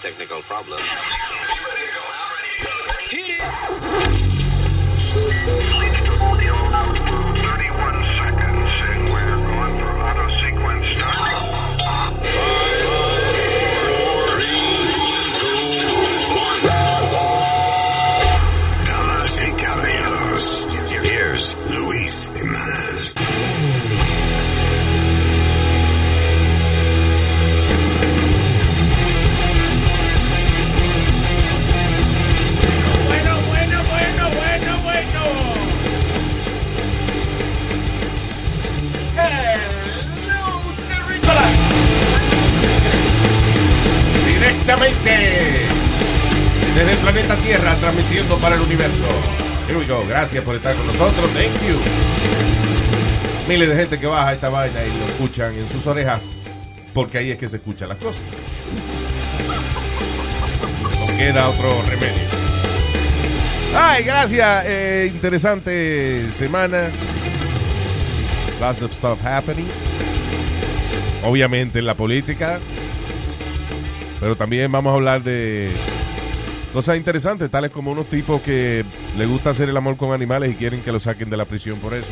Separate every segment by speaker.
Speaker 1: technical problem.
Speaker 2: Damas y caballeros, here's Luis Jimenez.
Speaker 3: Bueno, bueno, bueno, bueno, bueno. Hello, terrícola. Directamente desde el planeta Tierra, transmitiendo para el universo. Here we go. Gracias por estar con nosotros. Thank you. Miles de gente que baja esta vaina y lo escuchan en sus orejas, porque ahí es que se escuchan las cosas. No queda otro remedio. Ay, gracias. Eh, interesante semana. Lots of stuff happening. Obviamente en la política. Pero también vamos a hablar de cosas interesantes, tales como unos tipos que le gusta hacer el amor con animales y quieren que lo saquen de la prisión por eso.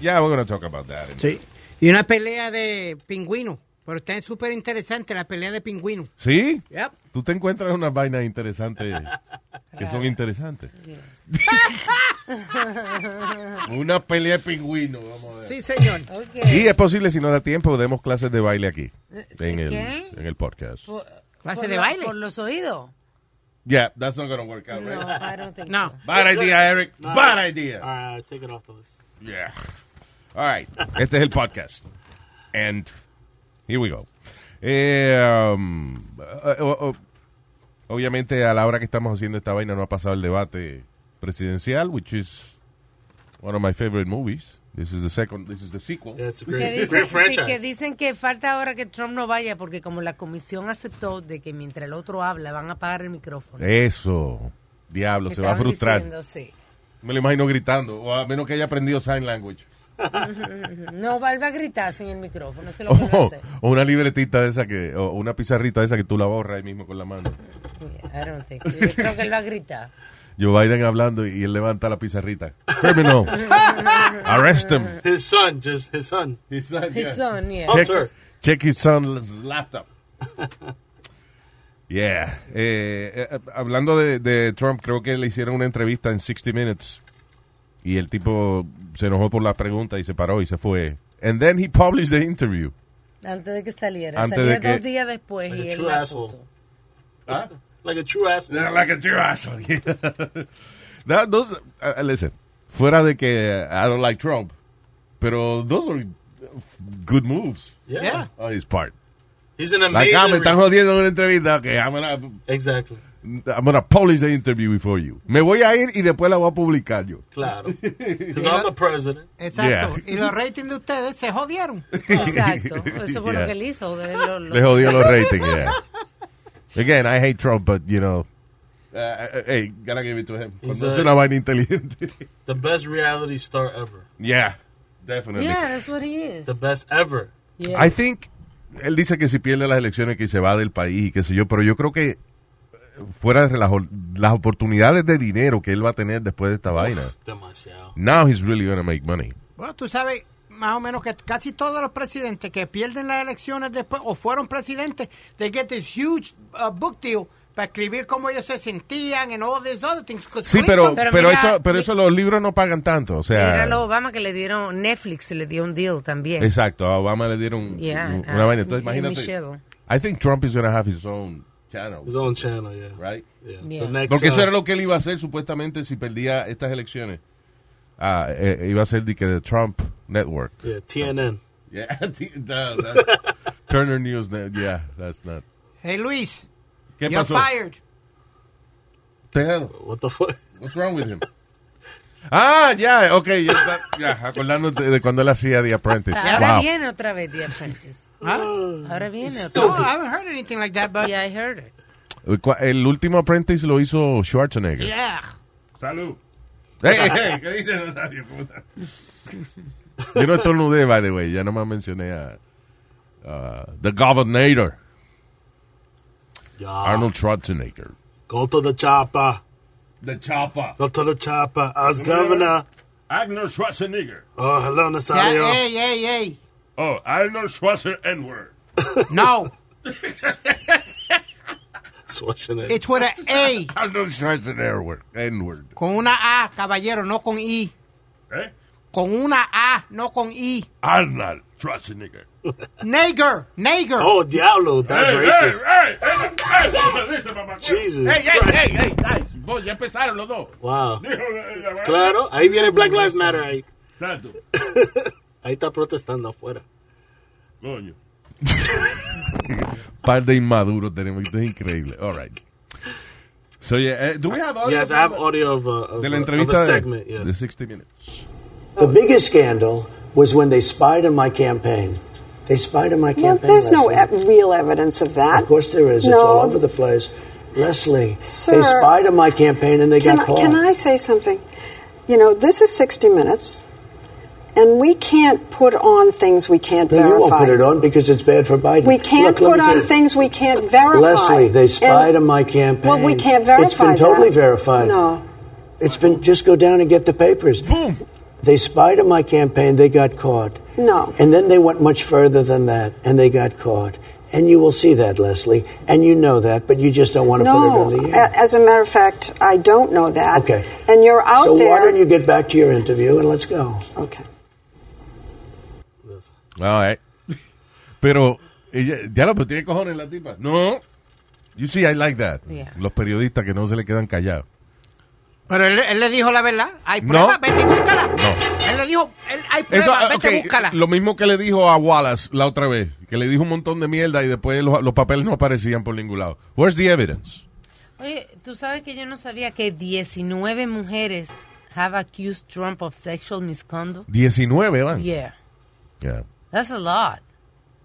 Speaker 3: Yeah, we're gonna talk about that.
Speaker 4: Sí. Y una pelea de pingüino. Pero está súper interesante la pelea de pingüino.
Speaker 3: ¿Sí?
Speaker 4: Yep.
Speaker 3: Tú te encuentras unas vainas interesantes que son interesantes. Una pelea de pingüino, vamos a ver.
Speaker 4: Sí, señor.
Speaker 3: Y es posible, si nos da tiempo, demos clases de baile aquí, en el,
Speaker 5: ¿Qué?
Speaker 3: en el podcast.
Speaker 5: Por-
Speaker 4: Clase
Speaker 5: por
Speaker 4: de
Speaker 5: lo-
Speaker 4: baile.
Speaker 5: Por los oídos.
Speaker 3: Yeah, that's not gonna work out,
Speaker 5: No,
Speaker 3: right?
Speaker 5: I don't think
Speaker 4: No.
Speaker 5: so.
Speaker 3: Bad idea, Eric. Bad
Speaker 6: All
Speaker 3: idea.
Speaker 6: right, take it off the list.
Speaker 3: Yeah. All right, este es el podcast. And here we go. Eh, um, eh, o- o- obviamente, a la hora que estamos haciendo esta vaina, no ha pasado el debate presidencial, which is one of my favorite movies. This is the second, this is the sequel.
Speaker 6: Yeah, it's a
Speaker 5: Que
Speaker 6: great, great
Speaker 5: dicen, que
Speaker 6: franchise.
Speaker 5: dicen que falta ahora que Trump no vaya porque como la comisión aceptó de que mientras el otro habla van a apagar el micrófono.
Speaker 3: Eso. Diablo,
Speaker 5: Me
Speaker 3: se va a
Speaker 5: estaban
Speaker 3: frustrar.
Speaker 5: diciendo, sí.
Speaker 3: Me lo imagino gritando, o a menos que haya aprendido Sign Language.
Speaker 5: No, va él va a gritar sin el micrófono, se lo
Speaker 3: O,
Speaker 5: vuelve a hacer.
Speaker 3: o una libretita de esa que, o una pizarrita de esa que tú la borras ahí mismo con la mano.
Speaker 5: Yeah, I don't think so. Yo creo que él va a gritar.
Speaker 3: Joe Biden hablando y él levanta la pizarrita. Criminal. Arrest him.
Speaker 6: His son, just his son.
Speaker 3: His son, yeah.
Speaker 5: His son, yeah.
Speaker 3: Check,
Speaker 6: Hunter.
Speaker 3: check his son's laptop. Yeah. Eh, eh, hablando de, de Trump, creo que le hicieron una entrevista en 60 Minutes y el tipo se enojó por la pregunta y se paró y se fue. And then he published the interview.
Speaker 5: Antes de que saliera.
Speaker 3: Antes
Speaker 5: Salía
Speaker 3: de que-
Speaker 5: dos días después
Speaker 6: Like
Speaker 5: y
Speaker 6: a
Speaker 5: él
Speaker 6: true
Speaker 5: la
Speaker 6: asshole.
Speaker 5: puso.
Speaker 3: Ah.
Speaker 6: Like a true asshole.
Speaker 3: They're like a true asshole. That- those, uh, listen, fuera de que I don't like Trump, pero those were good moves
Speaker 6: Yeah.
Speaker 4: Yeah.
Speaker 3: on his part.
Speaker 6: He's an
Speaker 3: Like,
Speaker 6: amazing.
Speaker 3: ah, me
Speaker 6: re-
Speaker 3: están jodiendo en una entrevista. Okay, I'm gonna,
Speaker 6: exactly.
Speaker 3: I'm gonna publish the interview before you. Me voy a ir y después la voy a publicar yo.
Speaker 6: Claro. Because I'm the president.
Speaker 4: Exacto.
Speaker 3: Yeah.
Speaker 4: Y los ratings de ustedes se jodieron.
Speaker 5: Exacto. Eso fue
Speaker 3: Yeah.
Speaker 5: lo que él hizo. de lo- lo-
Speaker 3: Le jodió los ratings, yeah. Again, I hate Trump, but, you know, uh, uh, hey, gotta give it to him.
Speaker 6: He's
Speaker 3: Cuando
Speaker 6: a-
Speaker 3: es una vaina inteligente.
Speaker 6: The best reality star ever.
Speaker 3: yeah, definitely.
Speaker 5: Yeah, that's what he is.
Speaker 6: The best ever.
Speaker 5: Yeah.
Speaker 3: I think él dice que si pierde las elecciones que se va del país y qué sé yo, pero yo creo que eh, fuera de relajo, las oportunidades de dinero que él va a tener después de esta vaina.
Speaker 6: Demasiado.
Speaker 3: Now he's really gonna make money.
Speaker 4: Bueno, tú sabes más o menos que casi todos los presidentes que pierden las elecciones después o fueron presidentes, they get this huge uh, book deal para escribir cómo ellos se sentían and all these other things. 'Cause
Speaker 3: Sí, pero
Speaker 4: Clinton-
Speaker 3: pero,
Speaker 5: pero mira,
Speaker 3: eso pero
Speaker 5: mi-
Speaker 3: eso los libros no pagan tanto, o
Speaker 5: Era
Speaker 3: sea.
Speaker 5: lo Obama que le dieron, Netflix le dio un deal también.
Speaker 3: Exacto, a Obama le dieron
Speaker 5: Yeah,
Speaker 3: un-
Speaker 5: and,
Speaker 3: una
Speaker 5: uh,
Speaker 3: vaina, entonces
Speaker 5: y
Speaker 3: imagínate.
Speaker 5: Michelle.
Speaker 3: I think Trump is gonna have his own channel,
Speaker 6: His own channel, yeah.
Speaker 3: right?
Speaker 6: Yeah.
Speaker 5: Yeah.
Speaker 6: The next
Speaker 3: Porque eso
Speaker 6: uh,
Speaker 3: era lo que él iba a hacer supuestamente si perdía estas elecciones. Ah, eh, iba a ser de que the Trump Network.
Speaker 6: Yeah, TNN.
Speaker 3: Yeah, I think- no, that's- Turner News. no, Yeah, that's not.
Speaker 4: Hey, Luis,
Speaker 3: ¿Qué
Speaker 4: you're
Speaker 3: pasó?
Speaker 4: fired.
Speaker 3: The hell?
Speaker 6: What the fuck?
Speaker 3: What's wrong with him? Ah, ya, ok, ya, está, ya, acordándote de cuando él hacía The Apprentice.
Speaker 5: Ahora
Speaker 3: Wow.
Speaker 5: viene otra vez The Apprentice. Ahora viene otra
Speaker 4: No,
Speaker 5: vez.
Speaker 4: Oh, I haven't heard anything like that, but yeah.
Speaker 5: Yeah, I heard it.
Speaker 3: Cu- El último Apprentice lo hizo Schwarzenegger. Salud. Hey, hey, ¿Qué dices, Rosario? ¿Cómo estás? Yo no estornudé, by the way, ya nomás mencioné a uh, The Governator.
Speaker 6: Ya.
Speaker 3: Arnold Schwarzenegger.
Speaker 6: Go to the chopper.
Speaker 3: The Chopper.
Speaker 6: Go to the chopper. As governor.
Speaker 2: Arnold Schwarzenegger.
Speaker 6: Oh, hello,
Speaker 4: Ya,
Speaker 6: Nasario.
Speaker 4: ey, ey, ey.
Speaker 2: Oh, Arnold Schwarzenegger N-word.
Speaker 4: No,
Speaker 6: Swishing it.
Speaker 4: it's with an A,
Speaker 3: Arnold Schwarzenegger. N-word.
Speaker 4: E, con una A, caballero, no con I.
Speaker 2: ¿Eh?
Speaker 4: Con una A, no con I.
Speaker 2: Arnold Schwarzenegger.
Speaker 4: Nigger, nigger.
Speaker 6: Oh, Diablo. That's
Speaker 2: Hey,
Speaker 6: racist.
Speaker 2: hey, hey, hey, eso se dice, mamá.
Speaker 6: Jesus.
Speaker 3: Hey, hey,
Speaker 6: Christ.
Speaker 3: hey, hey, guys. Vos, ya empezaron los dos.
Speaker 6: Wow.
Speaker 2: Dijo eh, la- la- la-
Speaker 6: Claro. Ahí viene Black Lives Matter. Ahí,
Speaker 2: Tanto.
Speaker 6: ahí está protestando afuera.
Speaker 2: Coño.
Speaker 3: Par de inmaduros tenemos. Esto es increíble. All right. So, yeah. eh, do we have audio
Speaker 6: Yes, I have
Speaker 3: from-
Speaker 6: audio of, uh, of,
Speaker 3: De la
Speaker 6: uh,
Speaker 3: entrevista
Speaker 6: of
Speaker 3: de,
Speaker 6: a segment. Yes.
Speaker 3: de 60 Minutes.
Speaker 1: The biggest scandal was when they spied on my campaign. They spied on my
Speaker 7: Well,
Speaker 1: campaign.
Speaker 7: there's no
Speaker 1: Leslie.
Speaker 7: e- real evidence of that.
Speaker 1: Of course there is.
Speaker 7: No.
Speaker 1: It's all over the place. Leslie,
Speaker 7: Sir,
Speaker 1: they spied on my campaign and they
Speaker 7: Can, I-
Speaker 1: got caught.
Speaker 7: can I say something? You know, this is 60 Minutes, and we can't put on things we can't
Speaker 1: No, you
Speaker 7: verify.
Speaker 1: won't put it on because it's bad for Biden.
Speaker 7: We can't
Speaker 1: Look, let
Speaker 7: put
Speaker 1: me tell
Speaker 7: on
Speaker 1: you.
Speaker 7: things we can't verify.
Speaker 1: Leslie, they spied
Speaker 7: And-
Speaker 1: on my campaign.
Speaker 7: Well, we can't verify
Speaker 1: It's been totally
Speaker 7: that.
Speaker 1: verified.
Speaker 7: No.
Speaker 1: It's been just go down and get the papers.
Speaker 3: Boom.
Speaker 1: They spied on my campaign. They got caught.
Speaker 7: No.
Speaker 1: And then they went much further than that, and they got caught. And you will see that, Leslie, and you know that, but you just don't want to
Speaker 7: No.
Speaker 1: put it on the air.
Speaker 7: A- As a matter of fact, I don't know that.
Speaker 1: okay.
Speaker 7: And you're out
Speaker 1: so
Speaker 7: there.
Speaker 1: why don't you get back to your interview and let's go?
Speaker 7: Okay.
Speaker 6: Yes.
Speaker 3: All right. Pero, ella, ya lo pero tiene cojones la tipa. No. You see, I like that.
Speaker 5: Yeah.
Speaker 3: Los periodistas que no se le quedan callados.
Speaker 4: Pero él, él le dijo la verdad. Hay
Speaker 3: No.
Speaker 4: pruebas, vete y búscala.
Speaker 3: No.
Speaker 4: Él le dijo, él, hay
Speaker 3: Eso,
Speaker 4: pruebas, vete
Speaker 3: ok,
Speaker 4: y búscala.
Speaker 3: Lo mismo que le dijo a Wallace la otra vez, que le dijo un montón de mierda y después los, los papeles no aparecían por ningún lado. Where's the evidence?
Speaker 5: Oye, tú sabes que yo no sabía que 19 mujeres have accused Trump of sexual misconduct.
Speaker 3: 19 van.
Speaker 5: Yeah,
Speaker 3: Yeah.
Speaker 5: that's a lot.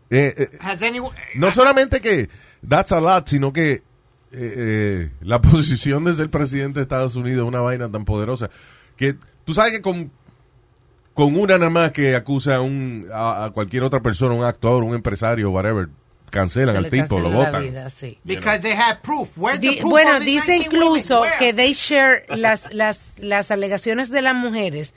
Speaker 3: Eh, eh,
Speaker 4: Has anyone-
Speaker 3: no solamente que that's a lot, sino que eh, eh, la posición de ser presidente de Estados Unidos es una vaina tan poderosa que tú sabes que con con una nada más que acusa a, un, a, a cualquier otra persona, un actor, un empresario, whatever, cancelan
Speaker 5: Se
Speaker 3: al
Speaker 5: le
Speaker 3: tipo,
Speaker 5: canceló
Speaker 3: lo
Speaker 5: la
Speaker 3: votan.
Speaker 5: vida, sí.
Speaker 4: Because they had proof. Where's the
Speaker 5: Di-
Speaker 4: proof
Speaker 5: bueno,
Speaker 4: of these
Speaker 5: dice
Speaker 4: 19 women?
Speaker 5: incluso
Speaker 4: Where?
Speaker 5: que they share las, las, las alegaciones de las mujeres,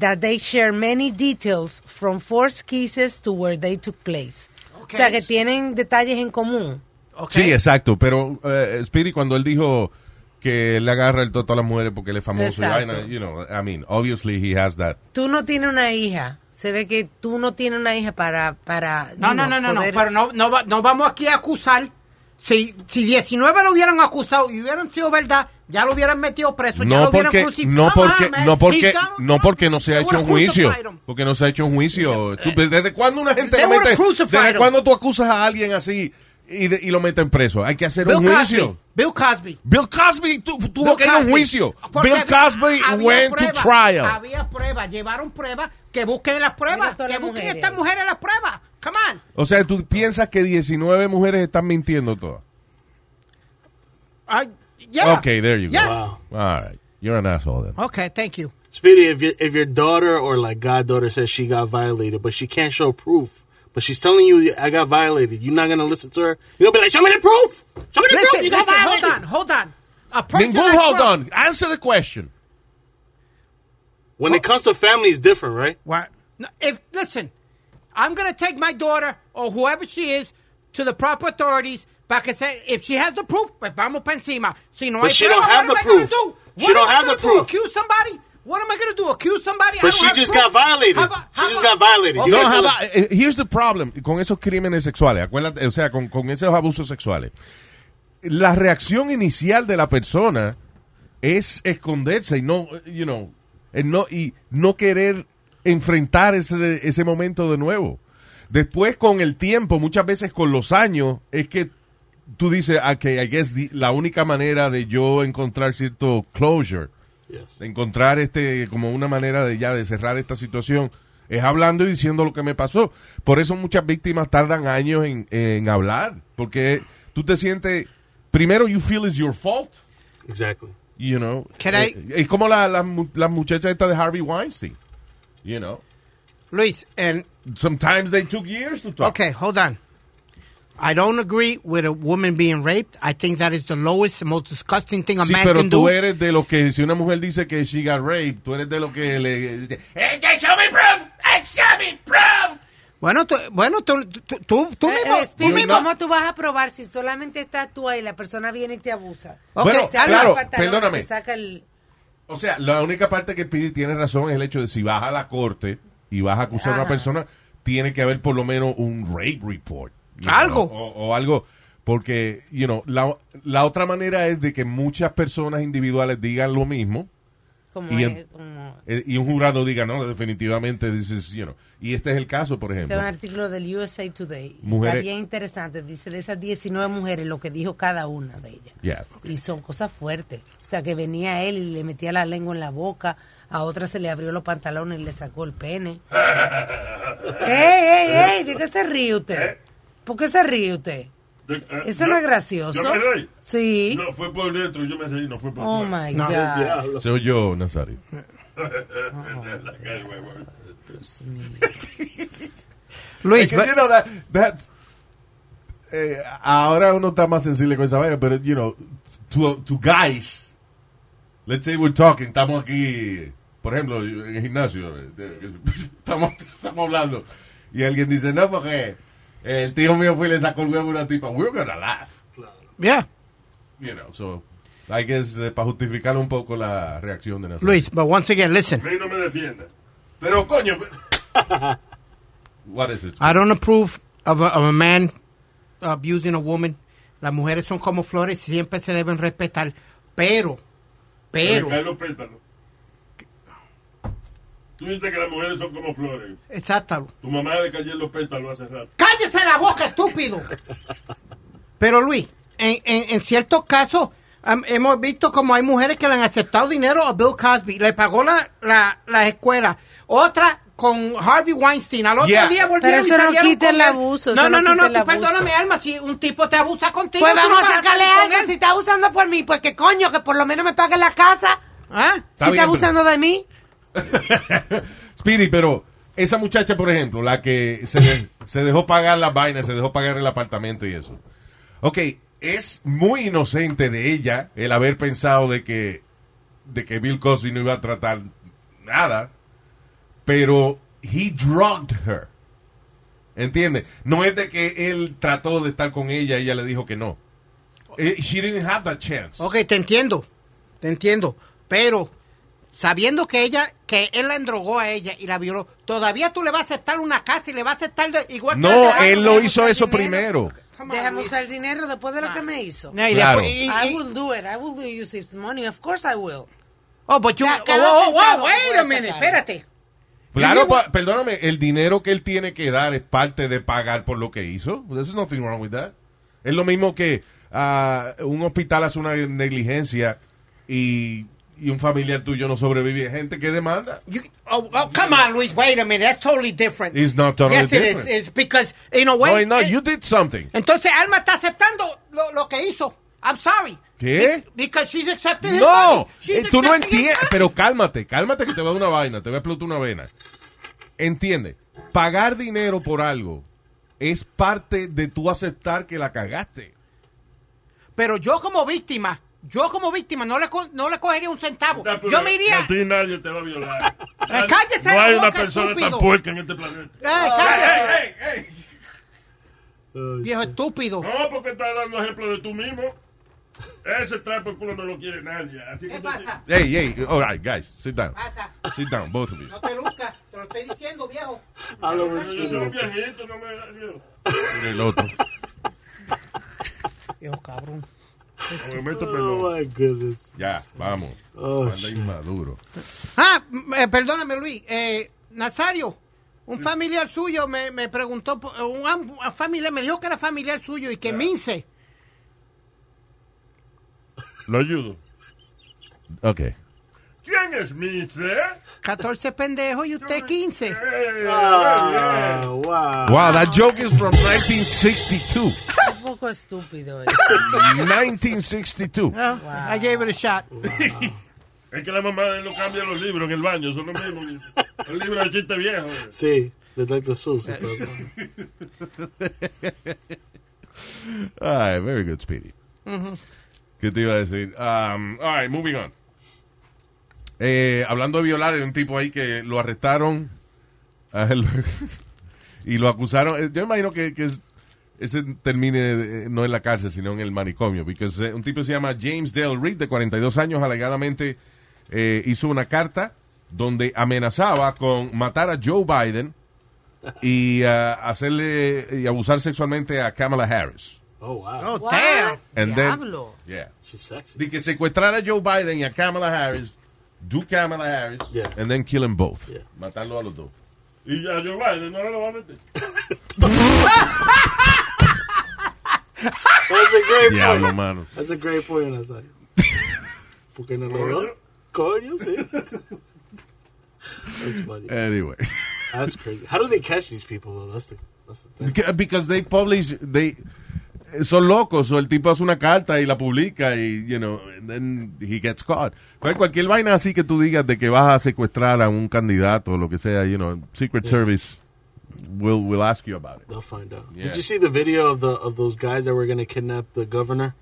Speaker 5: that they share many details from forced kisses to where they took place.
Speaker 4: Okay.
Speaker 5: O sea, que tienen detalles en común.
Speaker 4: Okay.
Speaker 3: Sí, exacto, pero eh, Speedy cuando él dijo que le agarra el toto a las mujeres porque él es famoso y
Speaker 5: Exacto.
Speaker 3: vaina, you know, I mean, obviously he has that.
Speaker 5: Tú no tienes una hija. Se ve que tú no tienes una hija para... para
Speaker 4: No,
Speaker 5: you
Speaker 4: no,
Speaker 5: know,
Speaker 4: no, no, no,
Speaker 5: poder-
Speaker 4: pero no, no, va- no vamos aquí a acusar. Si, si 19 lo hubieran acusado y hubieran sido verdad, ya lo hubieran metido preso, ya
Speaker 3: No
Speaker 4: lo hubieran
Speaker 3: porque,
Speaker 4: crucificado.
Speaker 3: no porque,
Speaker 4: man.
Speaker 3: no porque,
Speaker 4: He's Donald
Speaker 3: no
Speaker 4: Trump.
Speaker 3: porque no se ha
Speaker 4: They
Speaker 3: hecho un
Speaker 4: would've
Speaker 3: juicio,
Speaker 4: crucified him. Eh,
Speaker 3: porque no se ha hecho un juicio. Tú- ¿Desde cuándo una gente
Speaker 4: They
Speaker 3: lo mete?
Speaker 4: would've crucified
Speaker 3: ¿Desde
Speaker 4: him.
Speaker 3: cuándo tú acusas a alguien así y, de- y lo meten preso? Hay que hacer un
Speaker 4: Bill
Speaker 3: juicio.
Speaker 4: Cosby. Bill Cosby.
Speaker 3: Bill Cosby tu- tuvo
Speaker 4: Bill
Speaker 3: que ir a un
Speaker 4: Cosby.
Speaker 3: juicio.
Speaker 4: Porque
Speaker 3: Bill
Speaker 4: había-
Speaker 3: Cosby
Speaker 4: había
Speaker 3: went to
Speaker 4: pruebas,
Speaker 3: trial.
Speaker 4: Había pruebas, llevaron pruebas, que busquen las pruebas,
Speaker 5: Mira todas
Speaker 4: que
Speaker 5: las
Speaker 4: busquen
Speaker 5: mujeres.
Speaker 4: estas mujeres las pruebas. Come on.
Speaker 3: O sea, tú piensas que 19 mujeres están mintiendo todas.
Speaker 4: I, yeah.
Speaker 3: Okay, there you go.
Speaker 4: Yes.
Speaker 6: Wow.
Speaker 3: All right. You're an asshole then.
Speaker 4: Okay, thank you.
Speaker 6: Speedy, if, you, if your daughter or like goddaughter says she got violated, but she can't show proof, but she's telling you, I got violated, you're not going to listen to her? You're going to be like, show me the proof! Show me the proof!
Speaker 4: Listen,
Speaker 6: You got
Speaker 4: listen, hold
Speaker 6: violated!
Speaker 4: on, hold on. A person
Speaker 3: Ningún
Speaker 4: like
Speaker 3: hold
Speaker 4: Trump-
Speaker 3: on. Answer the question.
Speaker 6: When it comes to family, it's different, right?
Speaker 4: What? No, if listen, I'm gonna take my daughter or whoever she is to the proper authorities. But I say if she has the proof, pues vamos pa encima. Si no
Speaker 6: But
Speaker 4: hay
Speaker 6: she
Speaker 4: prueba,
Speaker 6: don't have
Speaker 4: what
Speaker 6: the
Speaker 4: am I gonna
Speaker 6: proof.
Speaker 4: do?
Speaker 6: She
Speaker 4: What
Speaker 6: don't
Speaker 4: am I
Speaker 6: have
Speaker 4: gonna
Speaker 6: the
Speaker 4: do?
Speaker 6: proof.
Speaker 4: Accuse somebody? What am I gonna do? Accuse somebody? I
Speaker 6: But
Speaker 4: don't
Speaker 6: she
Speaker 4: have
Speaker 6: just
Speaker 4: proof.
Speaker 6: got violated.
Speaker 4: How about-
Speaker 6: She
Speaker 4: how
Speaker 6: just
Speaker 4: about-
Speaker 6: got violated. You
Speaker 3: No,
Speaker 6: can't tell
Speaker 3: java- eh, here's the problem con esos crímenes sexuales, acuérdate, o sea, con, con esos abusos sexuales. La reacción inicial de la persona es esconderse y no, eh, you know, eh, no, y no querer enfrentar ese, ese momento de nuevo. Después, con el tiempo, muchas veces con los años, es que tú dices, "Ah, ok, I guess the- la única manera de yo encontrar cierto closure
Speaker 6: Yes.
Speaker 3: de encontrar este como una manera de ya de cerrar esta situación es hablando y diciendo lo que me pasó. Por eso muchas víctimas tardan años en, en hablar, porque tú te sientes primero you feel it's your fault,
Speaker 6: Exactly.
Speaker 3: you know.
Speaker 4: Can
Speaker 3: Eh,
Speaker 4: I-
Speaker 3: es como la, la mu- la muchacha esta de Harvey Weinstein, you know.
Speaker 4: Luis, and
Speaker 3: Sometimes they took years to talk.
Speaker 4: okay, hold on. I don't agree with a woman being raped. I think that is the lowest, the most disgusting thing a
Speaker 3: Sí,
Speaker 4: man
Speaker 3: pero
Speaker 4: can do.
Speaker 3: tú eres de los que, si una mujer dice que she got raped, tú eres de los que le... ¡Eh, que show me proof! ¡Eh, show me proof!
Speaker 4: Bueno, tú, bueno, tú, tú, tú, tú
Speaker 5: Eh,
Speaker 4: mismo.
Speaker 5: eh,
Speaker 4: tú
Speaker 5: Speedy,
Speaker 4: mismo-
Speaker 5: ¿cómo tú vas a probar si solamente estás tú ahí y la persona viene y te abusa?
Speaker 4: Ok,
Speaker 3: Bueno,
Speaker 5: Se abre
Speaker 3: claro,
Speaker 5: el pantalón,
Speaker 3: perdóname.
Speaker 5: te saca el-
Speaker 3: O sea, la única parte que Pidi tiene razón es el hecho de si vas a la corte y vas a acusar a una
Speaker 5: Ajá.
Speaker 3: persona, tiene que haber por lo menos un rape report. you
Speaker 4: Algo.
Speaker 3: know, o, o algo. Porque, you know, la, la otra manera es de que muchas personas individuales digan lo mismo
Speaker 5: como,
Speaker 3: Y
Speaker 5: eh,
Speaker 3: en-
Speaker 5: como-
Speaker 3: eh, y un jurado diga, no, definitivamente, dices, you know. Y este es el caso, por
Speaker 5: Este
Speaker 3: ejemplo.
Speaker 5: es un artículo del USA Today.
Speaker 3: Mujeres-
Speaker 5: Está bien interesante. Dice de esas 19 mujeres lo que dijo cada una de ellas.
Speaker 3: Yeah.
Speaker 5: Y son cosas fuertes. O sea, que venía él y le metía la lengua en la boca. A otra se le abrió los pantalones y le sacó el pene. ¡Ey, ey, ey! ¿De qué se ríe
Speaker 2: ¿Eh?
Speaker 5: usted? ¿Por qué se ríe usted? Eso no es gracioso.
Speaker 2: ¿Yo me reí?
Speaker 5: Sí.
Speaker 2: eh, No, fue por dentro, yo me reí, no fue por
Speaker 5: Oh
Speaker 2: fuera.
Speaker 5: my God.
Speaker 3: Soy yo, Nazario.
Speaker 2: La cara del huevo.
Speaker 4: Luis,
Speaker 3: Es que, you know, that- that's- eh, ahora uno está más sensible con esa vaina, pero, you know, to, to guys, let's say we're talking, estamos aquí, por ejemplo, en el gimnasio, eh, de- estamos, estamos hablando, y alguien dice, no, porque el tío mío fue y le sacó el huevo a una tipa, we're gonna laugh,
Speaker 4: yeah,
Speaker 3: you know, so, I guess, para justificar un poco la reacción de nosotros.
Speaker 4: Luis, but once again, listen.
Speaker 2: A mí no me defienda.
Speaker 3: Pero, coño, pero- what is it?
Speaker 4: I don't approve of a, of a man abusing a woman. Las mujeres son como flores, siempre se deben respetar. Pero,
Speaker 2: Pero.
Speaker 4: pero,
Speaker 2: Me caen los pétalos. Tú dices que las mujeres son como flores.
Speaker 4: exacto.
Speaker 2: Tu mamá le cayó los pétalos hace rato.
Speaker 4: Cállese la boca, estúpido. Pero Luis, en, en- en ciertos casos am- hemos visto como hay mujeres que le han aceptado dinero a Bill Cosby, le pagó la, la, la escuela. Otra con Harvey Weinstein. Al otro
Speaker 3: Yeah.
Speaker 4: día volvieron
Speaker 5: Pero
Speaker 4: y
Speaker 5: eso no
Speaker 4: salieron
Speaker 5: quita
Speaker 4: con
Speaker 5: el
Speaker 4: él.
Speaker 5: abuso,
Speaker 4: No, no,
Speaker 5: eso no
Speaker 4: no, no,
Speaker 5: quita el
Speaker 4: tú
Speaker 5: abuso.
Speaker 4: perdóname, Alma, si un tipo te abusa contigo.
Speaker 5: Pues
Speaker 4: tú no
Speaker 5: vamos
Speaker 4: vas
Speaker 5: a sacarle
Speaker 4: con
Speaker 5: algo.
Speaker 4: él.
Speaker 5: Si está abusando por mí, pues que coño, que por lo menos me pague la casa.
Speaker 4: ¿Ah?
Speaker 5: Si
Speaker 3: Está bien,
Speaker 5: está abusando de mí.
Speaker 3: Speedy, pero esa muchacha, por ejemplo, la que se, de- se dejó pagar las vainas, se dejó pagar el apartamento y eso. Ok, es muy inocente de ella el haber pensado de que, de que Bill Cosby no iba a tratar nada, pero he drugged her. ¿Entiendes? No es de que él trató de estar con ella y ella le dijo que no. Eh, She didn't have that chance.
Speaker 4: Ok, te entiendo, te entiendo, pero sabiendo que ella, que él la endrogó a ella y la violó, todavía tú le vas a aceptar una casa y le vas a aceptar de- igual. que
Speaker 3: No,
Speaker 4: la-
Speaker 3: él lo
Speaker 5: Déjame
Speaker 3: hizo
Speaker 5: usar
Speaker 3: eso
Speaker 5: dinero.
Speaker 3: primero.
Speaker 4: Come on,
Speaker 5: Dejamos
Speaker 4: Luis.
Speaker 5: usar el dinero después de lo que me hizo.
Speaker 4: No, y
Speaker 3: Claro.
Speaker 4: después- y-
Speaker 5: I
Speaker 4: y-
Speaker 5: will do it. I will do use his money. Of course I will.
Speaker 4: oh, but you,
Speaker 5: Ya,
Speaker 4: oh,
Speaker 5: cada
Speaker 4: oh, oh,
Speaker 5: centavo
Speaker 4: wait
Speaker 5: que
Speaker 4: a
Speaker 5: puedes
Speaker 4: minute,
Speaker 5: sacar.
Speaker 4: espérate.
Speaker 3: Claro, pa- perdóname, el dinero que él tiene que dar es parte de pagar por lo que hizo. There's nothing wrong with that. Es lo mismo que ah, un hospital hace una negligencia y, y un familiar tuyo no sobrevive. Hay Gente que demanda.
Speaker 4: You- oh, oh, come on, Luis, wait a minute, that's totally different.
Speaker 3: It's not totally
Speaker 4: yes, it is.
Speaker 3: different.
Speaker 4: It's because, in a way,
Speaker 3: no, no,
Speaker 4: eh,
Speaker 3: you did something.
Speaker 4: entonces Alma está aceptando lo, lo que hizo. I'm sorry.
Speaker 3: ¿Qué?
Speaker 4: Be- because she's accepting his money.
Speaker 3: No,
Speaker 4: She's
Speaker 3: eh, tú no
Speaker 4: accepting his
Speaker 3: entiendes.
Speaker 4: money.
Speaker 3: Pero cálmate, cálmate que te va a dar una vaina, te va a explotar una vena. Entiende, pagar dinero por algo es parte de tú aceptar que la cagaste.
Speaker 4: Pero yo como víctima, yo como víctima no le, co- no le cogería un centavo.
Speaker 2: Ya, pues, pero
Speaker 4: Yo me iría...
Speaker 2: A ti nadie te va a violar.
Speaker 4: Eh, cállese
Speaker 2: No
Speaker 4: la
Speaker 2: hay una
Speaker 4: boca,
Speaker 2: persona
Speaker 4: estúpido.
Speaker 2: tan puerca en este planeta.
Speaker 4: Eh, cállate,
Speaker 2: ¡Ey, ey, ey!
Speaker 4: viejo estúpido.
Speaker 2: No, porque estás dando ejemplo de tú mismo. Ese trapo el culo no lo quiere nadie. Así que
Speaker 4: ¿Qué
Speaker 2: tú-
Speaker 4: pasa?
Speaker 3: Hey, hey, all right, guys, sit down.
Speaker 4: Pasa.
Speaker 3: Sit down, both of you.
Speaker 4: No te luzcas, te lo estoy diciendo, viejo.
Speaker 2: Yo soy un viejito, no me...
Speaker 3: Mira el otro.
Speaker 4: Viejo cabrón.
Speaker 2: No me meto
Speaker 6: Oh
Speaker 2: perdón.
Speaker 6: my goodness.
Speaker 3: Ya, vamos.
Speaker 6: Oh,
Speaker 3: Anda inmaduro.
Speaker 4: Ah, m- eh, perdóname Luis, eh, Nazario, un familiar suyo me, me preguntó, por- eh, un, am- un familiar me dijo que era familiar suyo y que Mince,
Speaker 2: Lo ayudo.
Speaker 3: Ok.
Speaker 2: ¿Quién es Mice?
Speaker 4: 14 pendejos y usted 15.
Speaker 2: Eh, Ah,
Speaker 6: Oh, wow.
Speaker 3: Wow, that joke is from 1962.
Speaker 5: Es un poco estúpido eso.
Speaker 3: 1962.
Speaker 4: Ah, I gave it a shot.
Speaker 2: Es que la mamá de él no cambia los libros en el baño, son los mismos. El libro de chiste viejo.
Speaker 6: Sí, de Dr. Seuss. y todo.
Speaker 3: All right, very good, Speedy. ¿Qué te iba a decir? Um, all right, moving on. Eh, hablando de violar, hay un tipo ahí que lo arrestaron a él, y lo acusaron. Eh, Yo imagino que, que es- ese termine eh, no en la cárcel, sino en el manicomio. Porque un tipo se llama James Dale Reed, de 42 años, alegadamente eh, hizo una carta donde amenazaba con matar a Joe Biden y ah, hacerle y abusar sexualmente a Kamala Harris.
Speaker 6: Oh, wow.
Speaker 4: Oh, damn.
Speaker 3: And then-
Speaker 5: Diablo.
Speaker 3: Yeah.
Speaker 6: She's sexy.
Speaker 3: De que secuestrara a Joe Biden y a Kamala Harris, do Kamala Harris,
Speaker 6: Yeah.
Speaker 3: and then kill them both.
Speaker 6: Yeah.
Speaker 3: Matarlo a los dos.
Speaker 2: Y ya Joe Biden no lo va a meter.
Speaker 6: That's a great point.
Speaker 3: Diablo, mano.
Speaker 6: That's a great point. I was like, porque no lo
Speaker 2: Coño.
Speaker 6: veo. Coño, sí. That's funny.
Speaker 3: Anyway.
Speaker 6: That's crazy. How do they catch these people, though? That's the, that's the thing.
Speaker 3: Beca- Because they publish, they son locos, o el tipo hace una carta y la publica y, you know, and then he gets caught. Entonces, cualquier vaina así que tú digas de que vas a secuestrar a un candidato o lo que sea, you know, Secret Service will, will ask you about it.
Speaker 6: They'll find out.
Speaker 3: Yeah.
Speaker 6: Did you see the video of the of those guys that were going to kidnap the governor?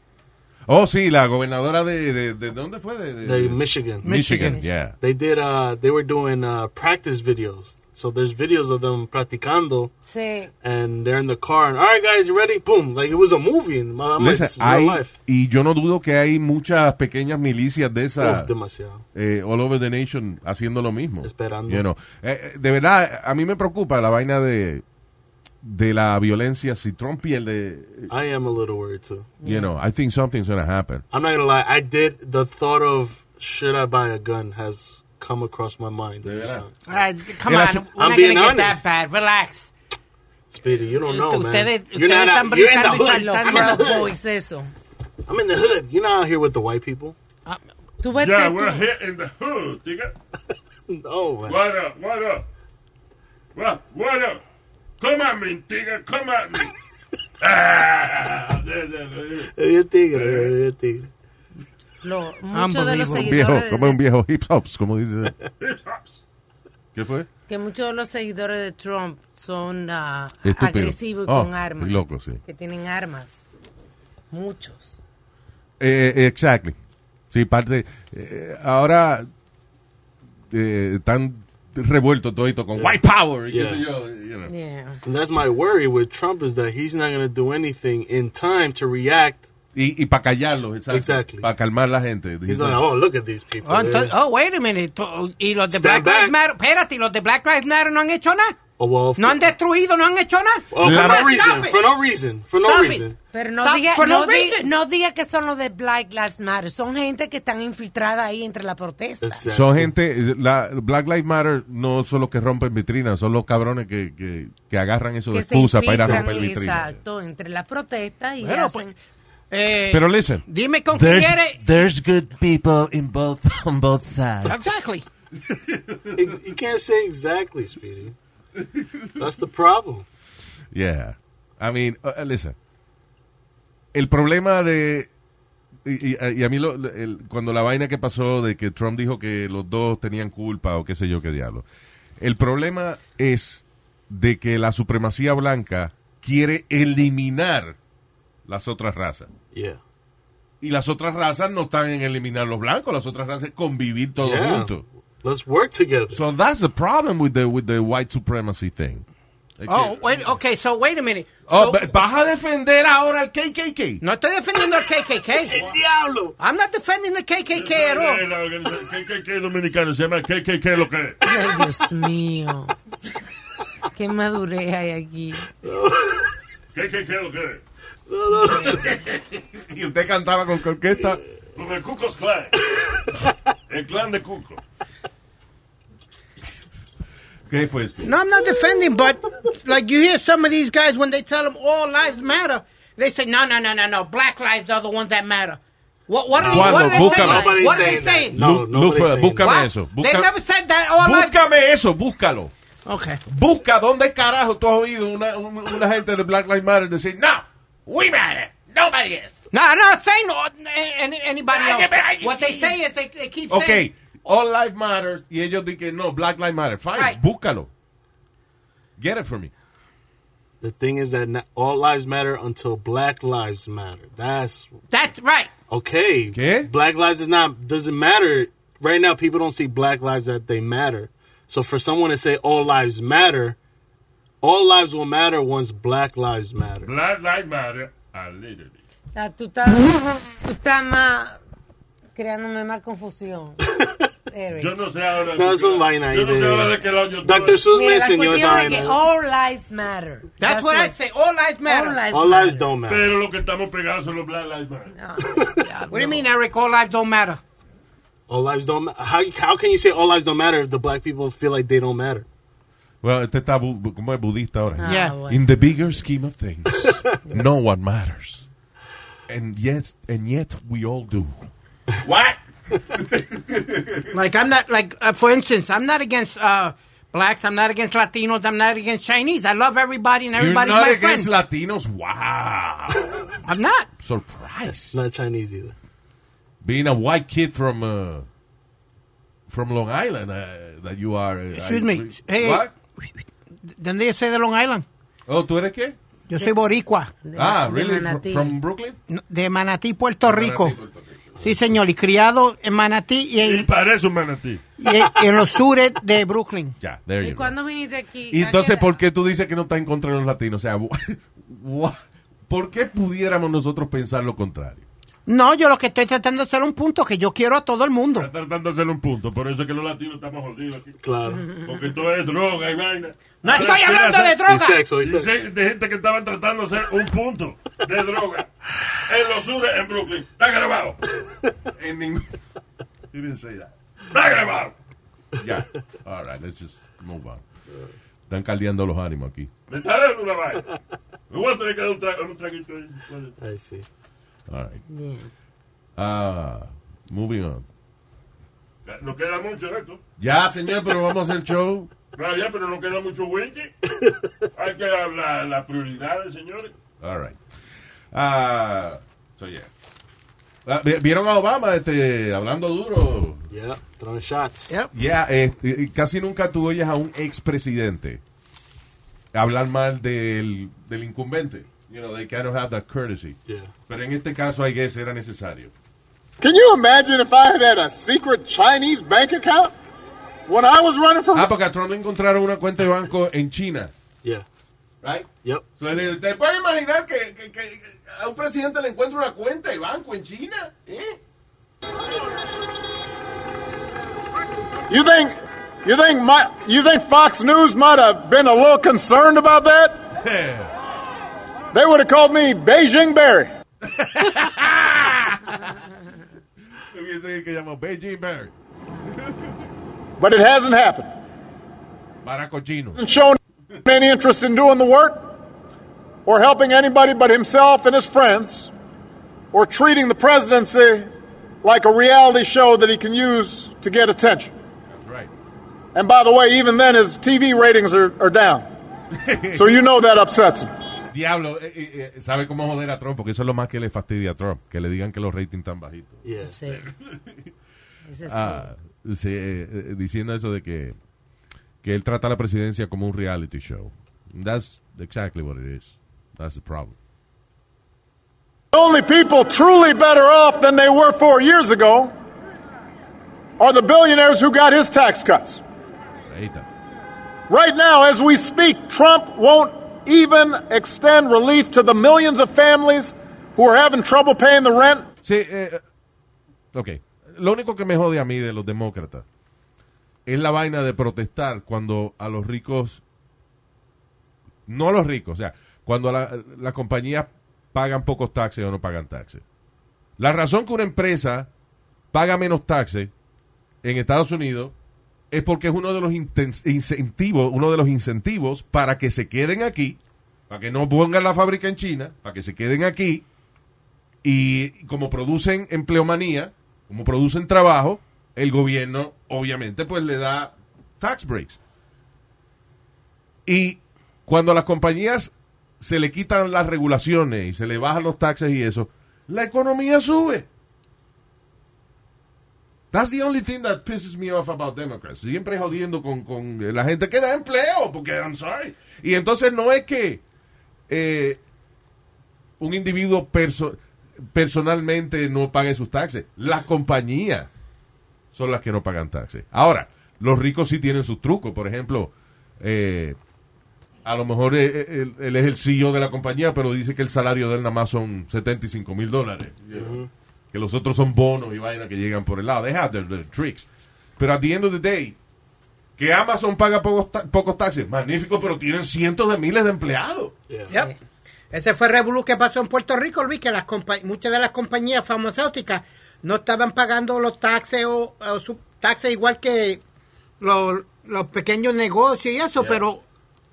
Speaker 3: Oh, sí, la gobernadora de, de, de ¿dónde fue? De, de-
Speaker 6: The Michigan.
Speaker 3: Michigan, yeah.
Speaker 6: They did. Uh, they were doing uh, practice videos. So there's videos of them practicando,
Speaker 5: Sí.
Speaker 6: and they're in the car. And all right, guys, you ready? Boom! Like it was a movie. And I'm like,
Speaker 3: Listen,
Speaker 6: this is real
Speaker 3: hay,
Speaker 6: life.
Speaker 3: y yo no dudo que hay muchas pequeñas milicias de esas
Speaker 6: Uf, demasiado.
Speaker 3: eh, all over the nation haciendo lo mismo.
Speaker 6: Esperando.
Speaker 3: You know. Eh, eh, de verdad, a mí me preocupa la vaina de, de la violencia. Si Trump pierde, eh,
Speaker 6: I am a little worried too.
Speaker 3: you know, I think something's gonna happen.
Speaker 6: I'm not gonna lie. I did the thought of should I buy a gun has come across my mind. a few
Speaker 3: verdad?
Speaker 6: times.
Speaker 4: All right, come
Speaker 3: El
Speaker 4: on,
Speaker 3: asu-
Speaker 4: we're
Speaker 6: I'm
Speaker 4: not
Speaker 6: being
Speaker 4: gonna get that
Speaker 6: honest.
Speaker 4: bad. Relax.
Speaker 6: Speedy, you don't know, man.
Speaker 4: Eh, Ustedes- ustedes
Speaker 6: you're not out-
Speaker 4: están
Speaker 6: you're in the
Speaker 4: brincando y
Speaker 6: hood.
Speaker 4: saltando.
Speaker 6: I'm in the
Speaker 5: Los
Speaker 6: hood.
Speaker 5: boys, eso.
Speaker 6: I'm in the hood. You're not out here with the white people.
Speaker 5: Tú vete
Speaker 2: Yeah,
Speaker 5: tú.
Speaker 2: we're here in the hood, nigga.
Speaker 6: No, man.
Speaker 2: What up, what up? What, what up? Come at me, nigga, come at me. ah, yeah, yeah, yeah.
Speaker 6: You're tigre, you're tigre.
Speaker 5: Lo- muchos de
Speaker 4: Unbelievable.
Speaker 5: los seguidores
Speaker 3: Viejo,
Speaker 5: de-
Speaker 3: como un viejo hip hops, como dice.
Speaker 2: Hip hops.
Speaker 3: ¿Qué fue?
Speaker 5: que muchos de los seguidores de Trump son ah,
Speaker 3: Estúpido.
Speaker 5: agresivos y
Speaker 3: Oh,
Speaker 5: con armas.
Speaker 3: y loco, sí.
Speaker 5: Que tienen armas. Muchos.
Speaker 3: Eh, eh, exactly. Sí, parte. eh, ahora eh, están revueltos todo esto con white power y qué
Speaker 6: Yeah.
Speaker 3: sé yo, you know.
Speaker 5: Yeah.
Speaker 6: And that's my worry with Trump is that he's not going to do anything in time to react.
Speaker 3: Y, y para callarlos, exacto.
Speaker 6: Exactly.
Speaker 3: Para calmar la gente.
Speaker 6: He's like, oh, look at these people.
Speaker 4: Oh, entonces-
Speaker 6: They're-
Speaker 4: oh, wait a minute. To- Y los de
Speaker 6: Stand
Speaker 4: Black
Speaker 6: back.
Speaker 4: Lives Matter, espérate, y los de Black Lives Matter no han hecho nada.
Speaker 6: Oh, well,
Speaker 4: No han destruido, no han hecho nada.
Speaker 6: oh, for
Speaker 3: La-
Speaker 6: no
Speaker 4: Stop
Speaker 6: reason.
Speaker 4: it.
Speaker 6: For no reason. For no
Speaker 4: Stop it.
Speaker 6: reason.
Speaker 5: Pero no
Speaker 4: Stop
Speaker 5: diga,
Speaker 4: for no
Speaker 5: no, diga-
Speaker 4: reason.
Speaker 5: no diga que son los de Black Lives Matter. Son gente que están infiltrada ahí entre la protesta.
Speaker 6: Exactly.
Speaker 3: Son gente, la, Black Lives Matter no son los que rompen vitrinas, son los cabrones que, que, que agarran eso de
Speaker 5: que se
Speaker 3: excusa para ir a
Speaker 5: infiltran,
Speaker 3: romper vitrinas.
Speaker 5: Exacto, entre la protesta y
Speaker 4: Bueno,
Speaker 5: hacen...
Speaker 4: Eh,
Speaker 3: Pero listen,
Speaker 4: dime con quién quiere.
Speaker 8: good people in both on both sides.
Speaker 4: Exactly.
Speaker 6: Ex- You can't say exactly, Speedy. That's the problem.
Speaker 3: yeah, I mean, uh, listen, el problema de, y, y- y a mí lo- el- cuando la vaina que pasó de que Trump dijo que los dos tenían culpa o qué sé yo qué diablo, el problema es de que la supremacía blanca quiere eliminar las otras razas.
Speaker 6: Yeah.
Speaker 3: Y las otras razas no están en eliminar los blancos, las otras razas es convivir todos
Speaker 6: Yeah.
Speaker 3: juntos.
Speaker 6: Let's work together.
Speaker 3: So that's the problem with the with the white supremacy thing.
Speaker 4: Oh, wait, okay, so wait a minute.
Speaker 3: Oh,
Speaker 4: So-
Speaker 3: but vas a defender ahora al KKK.
Speaker 4: no estoy defendiendo al KKK.
Speaker 6: Diablo.
Speaker 4: I'm not defending the KKK at
Speaker 2: Eh,
Speaker 4: all.
Speaker 2: la organización KKK dominicano se llama KKK lo que es.
Speaker 5: Ay, Dios mío. Qué madurez hay aquí.
Speaker 2: KKK lo que es.
Speaker 3: Y usted cantaba con qué orquesta.
Speaker 2: Con el Cuco's Clan. El clan de Cuco.
Speaker 3: ¿Qué fue esto?
Speaker 4: No, I'm not defending, but like you hear some of these guys when they tell them all lives matter, they say no, no, no, no, no. Black lives are the ones that matter. What? What are, they- what are they
Speaker 3: Cuando,
Speaker 4: saying?
Speaker 6: búscame.
Speaker 4: What are they
Speaker 6: Nobody's saying
Speaker 4: saying?
Speaker 6: that. No,
Speaker 3: Lu-
Speaker 6: nobody's
Speaker 3: Lufa,
Speaker 6: saying
Speaker 3: búscame
Speaker 4: What?
Speaker 3: eso.
Speaker 4: They
Speaker 3: Busca-
Speaker 4: never said that all lives.
Speaker 3: búscame eso, búscalo.
Speaker 4: Okay.
Speaker 3: Busca dónde carajo tú has oído una, un- una gente de Black Lives Matter decir, no, we matter, nobody else.
Speaker 4: No, I'm not saying no, any, anybody else. What they say is they, they keep saying.
Speaker 3: Ok, all life matters. Y ellos dicen, no, Black Lives Matter. Fine,
Speaker 4: Right.
Speaker 3: búscalo. Get it for me.
Speaker 6: The thing is that not, all lives matter until Black lives matter. That's
Speaker 4: That's right.
Speaker 6: okay.
Speaker 3: ¿Qué?
Speaker 6: Black lives is not doesn't matter right now. People don't see Black lives that they matter. So for someone to say all lives matter, all lives will matter once Black lives matter.
Speaker 5: Mm-hmm.
Speaker 2: Black Lives Matter, a little bit.
Speaker 5: Ah, tú estás, tú estás más creándome más confusión. Eric.
Speaker 2: Yo no sé ahora.
Speaker 6: No, es un vaina ahí
Speaker 2: Yo no sé
Speaker 6: de-
Speaker 2: ahora de qué lado yo
Speaker 6: Dr.
Speaker 2: estoy.
Speaker 6: Seuss me
Speaker 5: Mira, la
Speaker 6: enseñó esa
Speaker 5: cuestión es que
Speaker 6: vaina.
Speaker 5: all lives matter.
Speaker 4: That's, what, I say. All lives matter.
Speaker 5: All lives
Speaker 6: All lives
Speaker 5: matter.
Speaker 6: don't matter.
Speaker 2: Pero lo que estamos pegados son los Black Lives Matter.
Speaker 5: Ah,
Speaker 4: What do you mean, Eric? All lives don't matter.
Speaker 6: All lives don't matter. How, how can you say all lives don't matter if the black people feel like they don't matter?
Speaker 3: Well, este está bu- bu- como es budista ahora.
Speaker 5: ah,
Speaker 4: Yeah.
Speaker 5: bueno.
Speaker 3: In the bigger scheme of things, no one matters. And yet, and yet we all do.
Speaker 2: What?
Speaker 4: Like I'm not like uh, for instance, I'm not against uh, blacks. I'm not against Latinos. I'm not against Chinese. I love everybody and everybody's my friend.
Speaker 3: Latinos. Wow.
Speaker 4: I'm not.
Speaker 3: Surprise.
Speaker 6: Not Chinese either.
Speaker 3: Being a white kid from uh, from Long Island uh, that you are. uh,
Speaker 4: Excuse
Speaker 3: I-
Speaker 4: me. Hey.
Speaker 3: What?
Speaker 4: Then they say de Long Island.
Speaker 3: Oh, ¿tú eres qué?
Speaker 4: Yo soy boricua
Speaker 5: De-
Speaker 3: Ah,
Speaker 5: de
Speaker 3: really? Fr-
Speaker 5: Manatí.
Speaker 3: From Brooklyn?
Speaker 4: no- de Manatí, Puerto Rico.
Speaker 3: Puerto Rico.
Speaker 4: Sí, señor. Y criado en Manatí
Speaker 2: Y
Speaker 4: y, en-
Speaker 2: parece un manatí.
Speaker 4: y en los sures de Brooklyn.
Speaker 3: Ya, there
Speaker 5: ¿Y
Speaker 3: you go.
Speaker 5: cuándo viniste aquí?
Speaker 3: Y
Speaker 5: ¿A
Speaker 3: entonces,
Speaker 5: qué
Speaker 3: ¿por
Speaker 5: edad?
Speaker 3: qué tú dices que no estás en contra de los latinos? O sea, wha- ¿por qué pudiéramos nosotros pensar lo contrario?
Speaker 4: No, yo lo que estoy tratando de hacer un punto que yo quiero a todo el mundo.
Speaker 2: Está tratando de hacer un punto. Por eso es que los latinos estamos jodidos aquí.
Speaker 6: Claro.
Speaker 5: Mm-hmm.
Speaker 2: Porque todo es droga y vaina.
Speaker 4: No estoy hablando de
Speaker 6: Y
Speaker 4: droga.
Speaker 6: sexo, y
Speaker 2: Y
Speaker 6: sexo.
Speaker 2: sé de gente que estaban tratando de hacer un punto de droga en los sures en Brooklyn. Está grabado.
Speaker 3: En ningún... You didn't say that.
Speaker 2: Está grabado.
Speaker 3: Ya. All right, let's just move on. Están caldeando los ánimos aquí.
Speaker 2: Me está dando una vaina. Me voy a tener que dar un, tra- un traguito ahí.
Speaker 6: I see.
Speaker 3: All right.
Speaker 5: Bien.
Speaker 3: Ah, moving on.
Speaker 2: Nos queda mucho de esto.
Speaker 3: Ya, señor, pero vamos a hacer show.
Speaker 2: No, ya, pero no queda mucho wiki. Hay que hablar las prioridades, señores.
Speaker 3: All right. Ah, so yeah. Ah, vi- ¿Vieron a Obama este, hablando duro?
Speaker 6: Yeah, throwing shots.
Speaker 4: Yep.
Speaker 3: Ya, este, casi nunca tú oyes a un expresidente hablar mal del, del incumbente. You know, they kind of have that courtesy.
Speaker 6: Yeah.
Speaker 3: Pero en este caso, I guess, era necesario.
Speaker 9: Can you imagine if I had had a secret Chinese bank account when I was running for?
Speaker 3: Ah, porque a Trump le encontraron una cuenta de banco en China.
Speaker 6: Yeah.
Speaker 3: Right?
Speaker 6: Yep.
Speaker 3: So, ¿Te te puedes imaginar que, que- que a un presidente le encuentra una cuenta de banco en China? ¿Eh?
Speaker 6: Ah.
Speaker 9: You think, you think my, you think Fox News might have been a little concerned about that? They would have called me Beijing Barry.
Speaker 3: Hubiese que llamó Beijing Bear.
Speaker 9: But it hasn't happened.
Speaker 3: Baraco chino.
Speaker 9: Hasn't shown any interest in doing the work or helping anybody but himself and his friends or treating the presidency like a reality show that he can use to get attention.
Speaker 3: That's right.
Speaker 9: And by the way, even then, his TV ratings are, are down. so you know that upsets him.
Speaker 3: Diablo, eh, eh, eh, sabe cómo joder a Trump, porque eso es lo más que le fastidia a Trump, que le digan que los ratings están bajitos.
Speaker 6: Yeah.
Speaker 5: Sí. Ese sí.
Speaker 3: Ah, sí, eh, eh, diciendo eso de que, que él trata la presidencia como un reality show. That's exactly what it is. That's the problem.
Speaker 9: The only people truly better off than they were four years ago are the billionaires who got his tax cuts.
Speaker 3: Ahí está.
Speaker 9: Right now, as we speak, Trump won't even extend relief to the millions of families who are having trouble paying the rent.
Speaker 3: Sí, eh, eh, ok. Lo único que me jode a mí de los demócratas es la vaina de protestar cuando a los ricos, no a los ricos, o sea, cuando a la- las compañías pagan pocos taxes o no pagan taxes. La razón que una empresa paga menos taxes en Estados Unidos es porque es uno de los inten- incentivos, uno de los incentivos para que se queden aquí, para que no pongan la fábrica en China, para que se queden aquí y como producen empleomanía, como producen trabajo, el gobierno obviamente pues le da tax breaks. Y cuando a las compañías se le quitan las regulaciones y se le bajan los taxes y eso, la economía sube. That's the only thing that pisses me off about Democrats. Siempre jodiendo con, con la gente que da empleo, porque I'm sorry. Y entonces no es que eh, un individuo perso- personalmente no pague sus taxes. Las compañías son las que no pagan taxes. Ahora, los ricos sí tienen sus trucos. Por ejemplo, eh, a lo mejor eh, eh, él, él es el CEO de la compañía, pero dice que el salario de él nada más son 75 mil dólares. Que los otros son bonos y vainas que llegan por el lado. They have their, their tricks. Pero at the end of the day, que Amazon paga pocos, ta- pocos taxes, magnífico, pero tienen cientos de miles de empleados.
Speaker 4: Yep. Ese fue el revolú que pasó en Puerto Rico, Luis, que las compa- muchas de las compañías farmacéuticas no estaban pagando los taxes o, o sus taxes igual que los, los pequeños negocios y eso, pero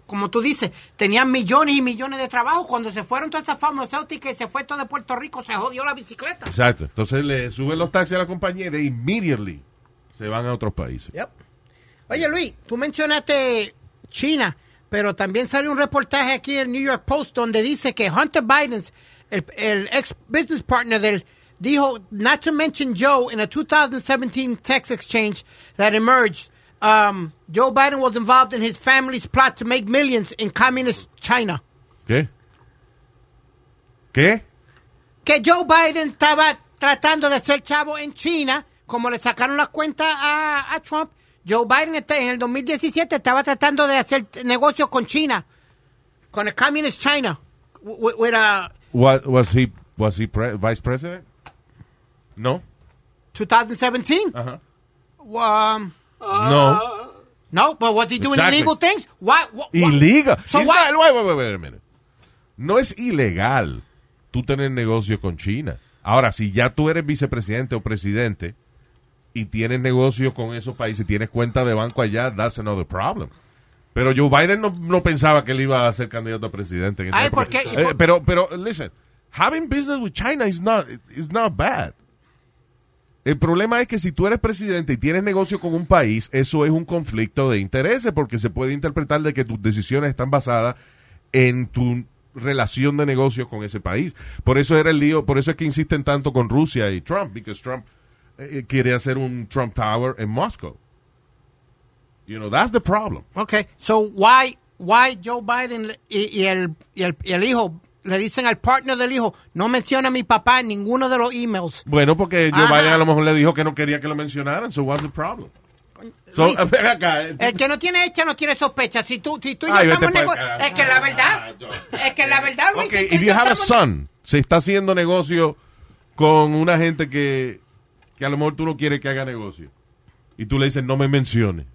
Speaker 4: como tú dices, tenían millones y millones de trabajos. Cuando se fueron todas esas farmacéuticas y se fue todo de Puerto Rico, se jodió la bicicleta.
Speaker 3: Exacto. Entonces le suben los taxes a la compañía y de immediately se van a otros países.
Speaker 4: Yep. Oye, Luis, tú mencionaste China, pero también sale un reportaje aquí en el New York Post donde dice que Hunter Biden, el, el ex business partner del, dijo, not to mention Joe, in a 2017 tax exchange that emerged, um, Joe Biden was involved in his family's plot to make millions in communist China.
Speaker 3: ¿Qué? ¿Qué?
Speaker 4: Que Joe Biden estaba tratando de ser chavo en China, como le sacaron las cuentas a, a Trump. Joe Biden está- en el 2017 estaba tratando de hacer negocios con China, con el Communist China. With, with uh, a
Speaker 3: Wa- was he, was he pre- vice president? No.
Speaker 4: 2017.
Speaker 3: Ajá.
Speaker 4: Um,
Speaker 3: No.
Speaker 4: no, but was he doing
Speaker 3: Exactly.
Speaker 4: illegal things? What? what- what-
Speaker 3: Ilegal.
Speaker 4: So
Speaker 3: It's
Speaker 4: why-
Speaker 3: not- wait, wait, wait, wait a minute. No es ilegal tú tener negocio con China. Ahora, si ya tú eres vicepresidente o presidente y tienes negocio con esos países, tienes cuenta de banco allá, that's another problem. Pero Joe Biden no, no pensaba que él iba a ser candidato a presidente. en esa
Speaker 4: Ay,
Speaker 3: época.
Speaker 4: ¿por qué? ¿Y
Speaker 3: Eh,
Speaker 4: por-
Speaker 3: pero, pero, listen, having business with China is not, is not bad. El problema es que si tú eres presidente y tienes negocio con un país, eso es un conflicto de intereses porque se puede interpretar de que tus decisiones están basadas en tu relación de negocio con ese país. Por eso era el lío, por eso es que insisten tanto con Rusia y Trump, porque Trump eh, quiere hacer un Trump Tower en Moscú. You know, that's the problem.
Speaker 4: Okay, so why why Joe Biden y, y el, y, el, y el hijo le dicen al partner del hijo, no menciona a mi papá en ninguno de los emails.
Speaker 3: Bueno, porque Joe
Speaker 4: Ajá.
Speaker 3: Biden a lo mejor le dijo que no quería que lo mencionaran, so what's the problem? So,
Speaker 4: Luis,
Speaker 3: ven acá. eh,
Speaker 4: El que no tiene hecha no tiene sospecha. Si tú, si tú y yo
Speaker 3: Ay, vete
Speaker 4: estamos
Speaker 3: pa'l
Speaker 4: nego-
Speaker 3: carajo.
Speaker 4: Es que la verdad. Es que la verdad, Luis.
Speaker 3: Ok,
Speaker 4: es que
Speaker 3: if
Speaker 4: tú
Speaker 3: you
Speaker 4: y yo
Speaker 3: have a
Speaker 4: estamos-
Speaker 3: son, se está haciendo negocio con una gente que, que a lo mejor tú no quieres que haga negocio. Y tú le dices, no me menciones.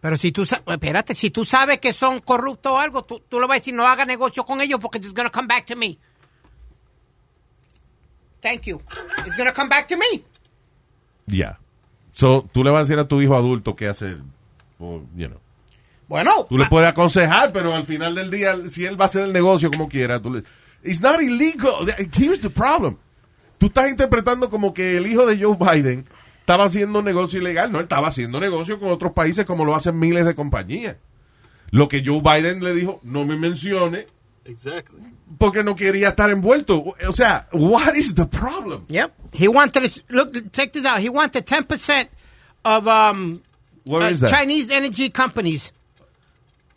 Speaker 4: Pero si tú, sa- espérate, si tú sabes que son corruptos o algo, tú, tú le vas a decir no haga negocio con ellos porque it's gonna come back to me. Thank you. It's gonna come back to me.
Speaker 3: Ya. So, tú le vas a decir a tu hijo adulto qué hacer. o, you know.
Speaker 4: Bueno. ah,
Speaker 3: Tú le
Speaker 4: pa-
Speaker 3: puedes aconsejar, pero al final del día, si él va a hacer el negocio como quiera, tú le... It's not illegal. Here's the problem. Tú estás interpretando como que el hijo de Joe Biden estaba haciendo un negocio ilegal. No, él estaba haciendo negocio con otros países como lo hacen miles de compañías. Lo que Joe Biden le dijo, no me mencione,
Speaker 6: Exactly.
Speaker 3: porque no quería estar envuelto. O sea, what is the problem?
Speaker 4: Yep. He wanted, to, look, check this out. He wanted 10% of um,
Speaker 3: Where
Speaker 4: uh,
Speaker 3: is that?
Speaker 4: Chinese energy companies.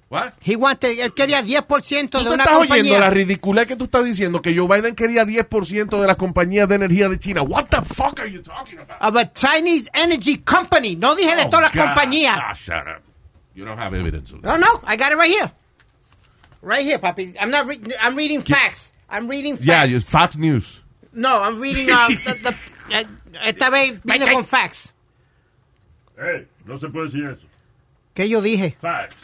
Speaker 3: What?
Speaker 4: He wanted, él quería 10%
Speaker 3: ¿Tú
Speaker 4: de
Speaker 3: te
Speaker 4: una
Speaker 3: estás oyendo
Speaker 4: compañía.
Speaker 3: la ridiculez que tú estás diciendo que Joe Biden quería 10% de las compañías de energía de China? What the fuck are you talking about?
Speaker 4: of a Chinese energy company. No dije de
Speaker 3: Oh,
Speaker 4: todas las
Speaker 3: God.
Speaker 4: compañías.
Speaker 3: Ah, shut up. You don't have evidence of
Speaker 4: No,
Speaker 3: that.
Speaker 4: no, I got it right here. Right here, papi. I'm not. Re- I'm reading facts. I'm reading facts.
Speaker 3: Yeah, it's Fox News.
Speaker 4: No, I'm reading. Uh, the, the, eh, esta vez vine con facts.
Speaker 2: Hey, Eh, no se puede decir eso.
Speaker 4: ¿Qué yo dije?
Speaker 2: Facts.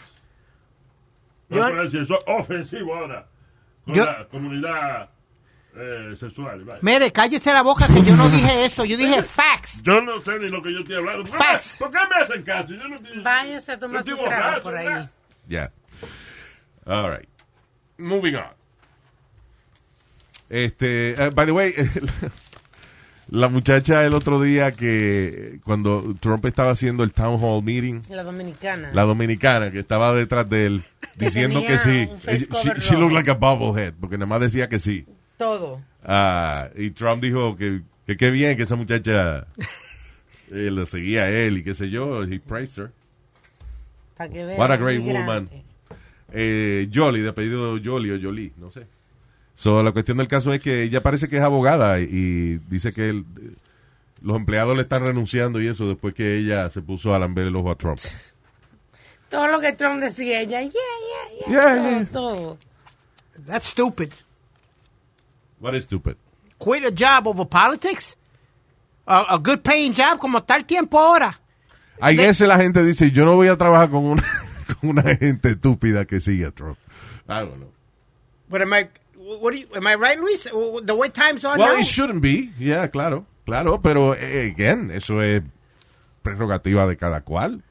Speaker 2: No
Speaker 4: Yo-
Speaker 2: se puede decir eso. es Ofensivo ahora. Con
Speaker 4: Yo-
Speaker 2: la comunidad eh, sexual. vaya.
Speaker 4: Mire, cállese la boca que yo no dije eso. Yo dije facts.
Speaker 2: Yo no sé ni lo que yo estoy hablando. ¿Por qué,
Speaker 4: Facts.
Speaker 2: ¿Por qué me hacen caso? Yo no estoy-
Speaker 5: Váyase a
Speaker 2: yo
Speaker 5: tomar
Speaker 2: estoy
Speaker 5: su trago
Speaker 2: borracho,
Speaker 5: por
Speaker 2: ¿verdad?
Speaker 5: ahí.
Speaker 3: Yeah. All right. Moving on. Este, eh, by the way, la muchacha el otro día que cuando Trump estaba haciendo el town hall meeting,
Speaker 5: La dominicana.
Speaker 3: la dominicana que estaba detrás de él diciendo que
Speaker 5: tenía
Speaker 3: sí, Eh,
Speaker 5: un face
Speaker 3: she,
Speaker 5: cover
Speaker 3: she
Speaker 5: rojo.
Speaker 3: looked like a bobblehead porque nada más decía que sí.
Speaker 5: Todo.
Speaker 3: Ah, y Trump dijo que que qué bien que esa muchacha eh, lo seguía a él y qué sé yo, he praised her.
Speaker 5: Para que vean.
Speaker 3: What a great
Speaker 5: migrante.
Speaker 3: woman. eh, Jolie, de apellido Jolie o Jolie, no sé. So, la cuestión del caso es que ella parece que es abogada y- y dice que el- los empleados le están renunciando y eso después que ella se puso a lamber el ojo a Trump.
Speaker 5: Todo lo que Trump decía, ella, yeah, yeah, yeah,
Speaker 3: Yeah,
Speaker 5: todo,
Speaker 3: yeah.
Speaker 5: todo.
Speaker 4: That's stupid.
Speaker 3: What is stupid?
Speaker 4: Quit a job over politics? A, a good paying job como está el tiempo ahora.
Speaker 3: Hay
Speaker 4: De-
Speaker 3: veces la gente dice, yo no voy a trabajar con una, con una gente estúpida que sigue a Trump. I don't know.
Speaker 4: But am I, what do you, am I right, Luis? The way times are
Speaker 3: Well,
Speaker 4: now.
Speaker 3: it shouldn't be. Yeah, claro. Claro, pero, eh, again, eso es prerrogativa de cada cual.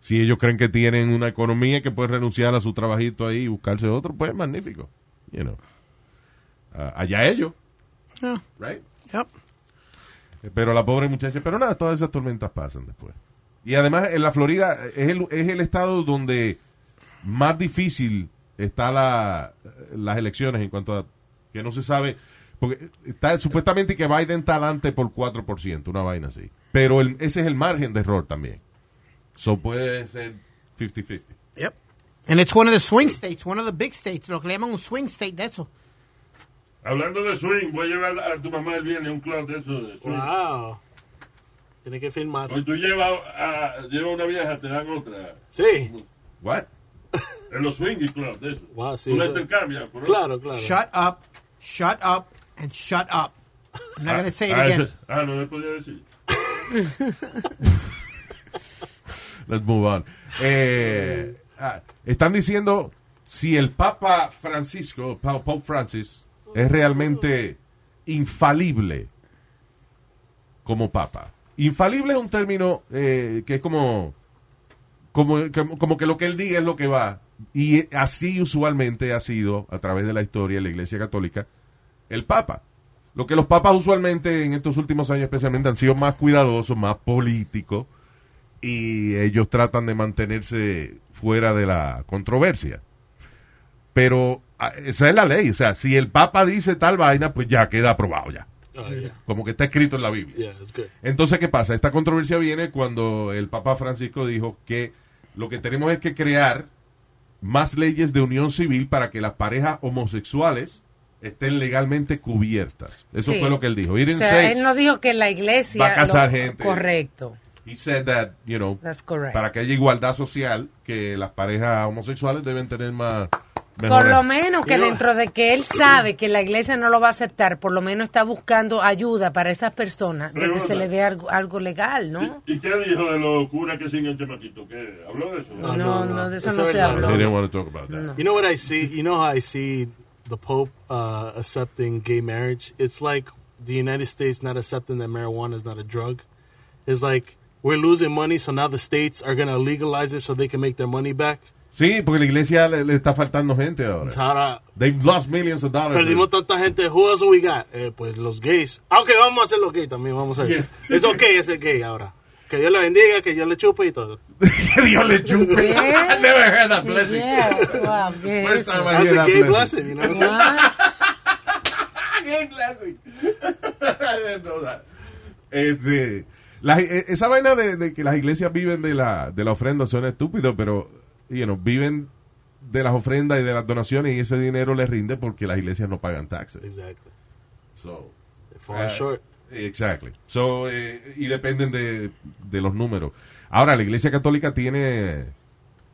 Speaker 3: Si ellos creen que tienen una economía que puede renunciar a su trabajito ahí y buscarse otro, pues magnífico. You know. Ah, allá ellos,
Speaker 4: Yeah,
Speaker 3: right?
Speaker 4: yep.
Speaker 3: Eh, Pero la pobre muchacha, pero nada, todas esas tormentas pasan después. Y además en la Florida eh, es el, es el estado donde más difícil está la, las elecciones en cuanto a que no se sabe, porque está supuestamente que Biden está adelante por 4%, una vaina así. Pero el- ese es el margen de error también. So puede ser 50-50.
Speaker 4: Yep. And it's one of the swing states, one of the big states. Lo que le llaman un swing state de eso.
Speaker 2: Hablando de swing, voy a llevar a tu mamá el viernes a un club de eso de swing.
Speaker 6: Wow. Tiene que filmar.
Speaker 2: Hoy tú llevas a, llevas una vieja, te dan otra.
Speaker 6: Sí.
Speaker 3: What?
Speaker 2: En los swing clubs de eso.
Speaker 6: Wow, sí,
Speaker 2: tú la
Speaker 6: eso-
Speaker 2: intercambias. por-
Speaker 6: Claro, claro.
Speaker 4: Shut up, shut up, and shut up. I'm not going to say it
Speaker 2: Ah,
Speaker 4: again.
Speaker 2: eso- ah, no le podía decir.
Speaker 3: Let's move on. Eh, ah, están diciendo si el Papa Francisco, Pa- Pope Francis, es realmente infalible como Papa. Infalible es un término eh, que es como, como, como- como que lo que él diga es lo que va. Y así usualmente ha sido a través de la historia de la Iglesia Católica el Papa. Lo que los papas usualmente en estos últimos años especialmente han sido más cuidadosos, más políticos y ellos tratan de mantenerse fuera de la controversia. Pero ah, esa es la ley, o sea, si el Papa dice tal vaina, pues ya queda aprobado ya,
Speaker 6: Oh, yeah.
Speaker 3: como que está escrito en la Biblia.
Speaker 6: Yeah, it's good.
Speaker 3: Entonces, ¿qué pasa? Esta controversia viene cuando el Papa Francisco dijo que lo que tenemos es que crear más leyes de unión civil para que las parejas homosexuales estén legalmente cubiertas. Eso
Speaker 5: Sí.
Speaker 3: fue lo que él dijo. He
Speaker 5: O
Speaker 3: didn't
Speaker 5: sea,
Speaker 3: say-
Speaker 5: él no dijo que la iglesia...
Speaker 3: Va a casar
Speaker 5: lo-
Speaker 3: gente.
Speaker 5: Correcto.
Speaker 3: He said that, you know,
Speaker 5: That's correct.
Speaker 3: para que haya igualdad social, que las parejas homosexuales deben tener más
Speaker 5: Por
Speaker 3: mejores-
Speaker 5: lo menos que
Speaker 6: You know-
Speaker 5: dentro de que él sabe que la iglesia no lo va a aceptar, por lo menos está buscando ayuda para esas personas de que
Speaker 2: Pregunta.
Speaker 5: se le dé algo, algo legal, ¿no?
Speaker 2: ¿Y, y qué dijo de los curas que siguen chamaquito? ¿Qué? ¿Habló de eso?
Speaker 5: No,
Speaker 6: No,
Speaker 5: no,
Speaker 6: no, no.
Speaker 5: de eso
Speaker 6: Eso
Speaker 5: no
Speaker 6: es
Speaker 5: se
Speaker 6: verdad.
Speaker 5: habló.
Speaker 3: They didn't want to talk about that.
Speaker 6: You know what I see? You know how I see the Pope uh, accepting gay marriage? It's like the United States not accepting that marijuana is not a drug. It's like we're losing money, so now the states are going to legalize it so they can make their money back.
Speaker 3: Sí, porque la iglesia le, le está faltando gente ahora.
Speaker 6: Tara,
Speaker 3: They've lost millions of dollars.
Speaker 6: Perdimos tanta gente. Who else we got? Eh, pues los gays. Aunque vamos a hacer los gays también. Vamos a ver. Es ok ser gay ahora. Que Dios le bendiga, que Dios le chupe y todo.
Speaker 3: Que Dios le chupe.
Speaker 5: ¿Qué?
Speaker 3: I never heard that blessing.
Speaker 5: Yeah, wow, ¿qué es
Speaker 3: First
Speaker 5: eso?
Speaker 3: time I
Speaker 6: That's
Speaker 3: hear
Speaker 6: a
Speaker 3: that
Speaker 6: gay
Speaker 3: blessing.
Speaker 6: blessing, you know what I'm saying?
Speaker 5: What?
Speaker 3: Gay blessing. I didn't know that. Este, la- e- esa vaina de, de que las iglesias viven de la, de la ofrenda suena estúpido, pero you know, viven de las ofrendas y de las donaciones y ese dinero les rinde porque las iglesias no pagan taxes.
Speaker 6: Exactly.
Speaker 3: So,
Speaker 6: They fall
Speaker 3: uh,
Speaker 6: short.
Speaker 3: Exactly. So, eh, y dependen de, de los números. Ahora, la iglesia católica tiene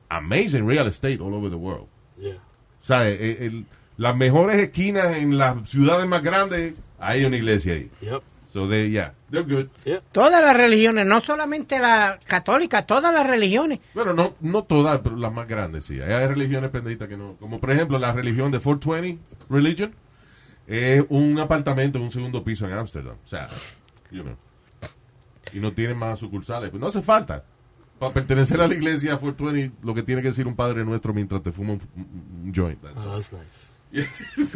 Speaker 3: amazing real estate all over the world.
Speaker 6: Yeah.
Speaker 3: O sea, eh, el- las mejores esquinas en las ciudades más grandes, hay una iglesia ahí.
Speaker 6: Yep.
Speaker 3: So they, yeah, they're good.
Speaker 6: Yep.
Speaker 4: Todas las religiones, no solamente la católica, todas las religiones.
Speaker 3: Bueno, no, no todas, pero las más grandes sí. Hay religiones penditas que no. Como por ejemplo la religión de 420 Religion, es un apartamento en un segundo piso en Ámsterdam. O sea, you know. Y no tienen más sucursales. Pues no hace falta. Para pertenecer a la iglesia 420, lo que tiene que decir un padre nuestro mientras te fuma un, un- un joint. That's all.
Speaker 6: Oh, that's nice.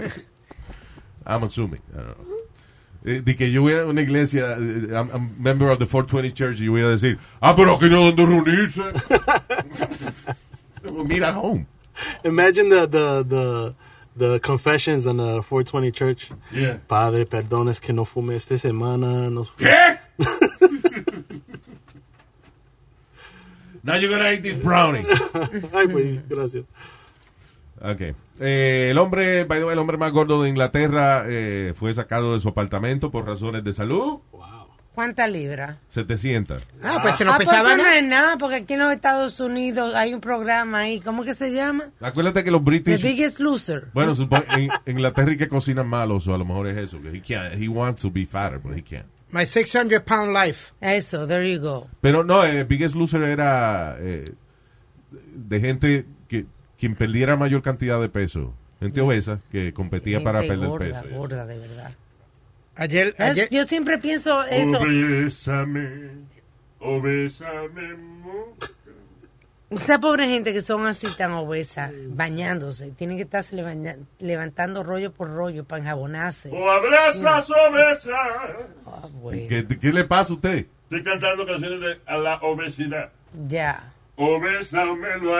Speaker 3: I'm assuming. I don't know. Eh, De que yo voy a una iglesia, eh, I'm, I'm member of the 420 Church, y yo voy a decir, ah, pero aquí no hay donde reunirse. We'll meet at home.
Speaker 6: Imagine the the the the confessions on the 420 church.
Speaker 2: Yeah.
Speaker 6: Padre, perdones que no fume esta semana. No...
Speaker 3: ¿Qué? Now you're gonna eat this brownie.
Speaker 6: Ay, pues, gracias.
Speaker 3: Ok. Eh, el hombre, by the way, el hombre más gordo de Inglaterra eh, fue sacado de su apartamento por razones de salud.
Speaker 5: ¿Cuántas libras?
Speaker 3: 700.
Speaker 4: Ah, pues se
Speaker 5: Ah,
Speaker 4: lo
Speaker 5: pues eso
Speaker 4: pesaban.
Speaker 3: ¿eh?
Speaker 5: no es nada, porque aquí en los Estados Unidos hay un programa ahí, ¿cómo que se llama?
Speaker 3: Acuérdate que los
Speaker 5: The
Speaker 3: british...
Speaker 5: Biggest Loser.
Speaker 3: Bueno, supo- en en Inglaterra y que cocinan mal, o a lo mejor es eso. Que he, can't, he wants to be fatter, but he can't.
Speaker 4: My 600 pound life.
Speaker 5: Eso, there you go.
Speaker 3: Pero no, eh, Biggest Loser era eh, de gente que quien perdiera mayor cantidad de peso. Gente obesa que competía para
Speaker 5: Gente
Speaker 3: perder
Speaker 5: gorda,
Speaker 3: peso.
Speaker 5: gorda, de verdad.
Speaker 4: Ayer,
Speaker 5: Es-
Speaker 4: ayer,
Speaker 5: yo siempre pienso eso.
Speaker 2: Obésame, obésame mucho.
Speaker 5: Esa pobre gente que son así tan obesas, bañándose, tienen que estarse levaña- levantando rollo por rollo para enjabonarse.
Speaker 3: Oh.
Speaker 2: O
Speaker 6: Mm.
Speaker 2: abrazas obesa.
Speaker 5: Ah, bueno,
Speaker 3: ¿Qué, ¿Qué le pasa a usted?
Speaker 2: Estoy cantando canciones de a la obesidad.
Speaker 5: Ya.
Speaker 2: Obésame, lo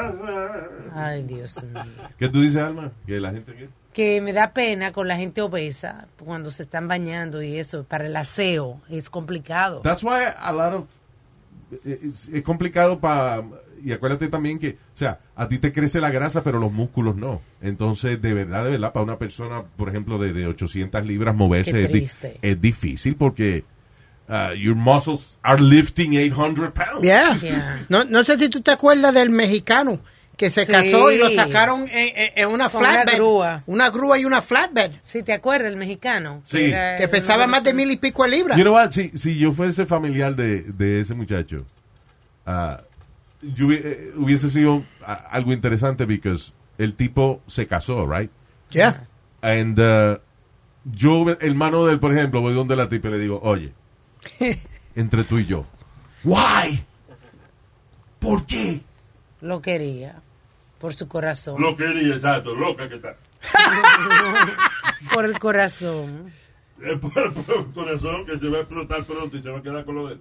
Speaker 2: agarra.
Speaker 5: Ay, Dios mío.
Speaker 3: ¿Qué tú dices, Alma? Que la gente que...
Speaker 5: Que me da pena con la gente obesa cuando se están bañando y eso, para el aseo, es complicado.
Speaker 3: That's why a lot of eh, es, es complicado para y acuérdate también que, o sea, a ti te crece la grasa, pero los músculos no. Entonces, de verdad, de verdad, para una persona, por ejemplo, de, de 800 libras moverse
Speaker 5: Qué
Speaker 3: es, di-
Speaker 5: triste.
Speaker 3: es difícil porque uh, your muscles are lifting 800 pounds.
Speaker 4: Yeah.
Speaker 5: Yeah.
Speaker 4: No, no sé si tú te acuerdas del mexicano que se
Speaker 5: Sí.
Speaker 4: casó y lo sacaron en, en- en una
Speaker 5: Con una
Speaker 4: flatbed.
Speaker 5: grúa.
Speaker 4: Una grúa y una flatbed.
Speaker 5: ¿Sí te acuerdas, el mexicano?
Speaker 3: Sí.
Speaker 5: era-
Speaker 4: Que pesaba más de mil y pico de libras.
Speaker 3: You know what? Si, si yo fuese familiar de, de ese muchacho, ah, yo hubie- eh, hubiese sido ah, algo interesante because el tipo se casó, right?
Speaker 4: Yeah.
Speaker 3: And uh, yo, hermano del, por ejemplo, voy donde la tipa y le digo, oye, entre tú y yo. Why? ¿Por qué?
Speaker 5: Lo quería, por su corazón.
Speaker 2: Lo quería, exacto, loca que está.
Speaker 5: Por el corazón.
Speaker 2: Es por, por el corazón que se va a explotar pronto y se va a quedar con lo de.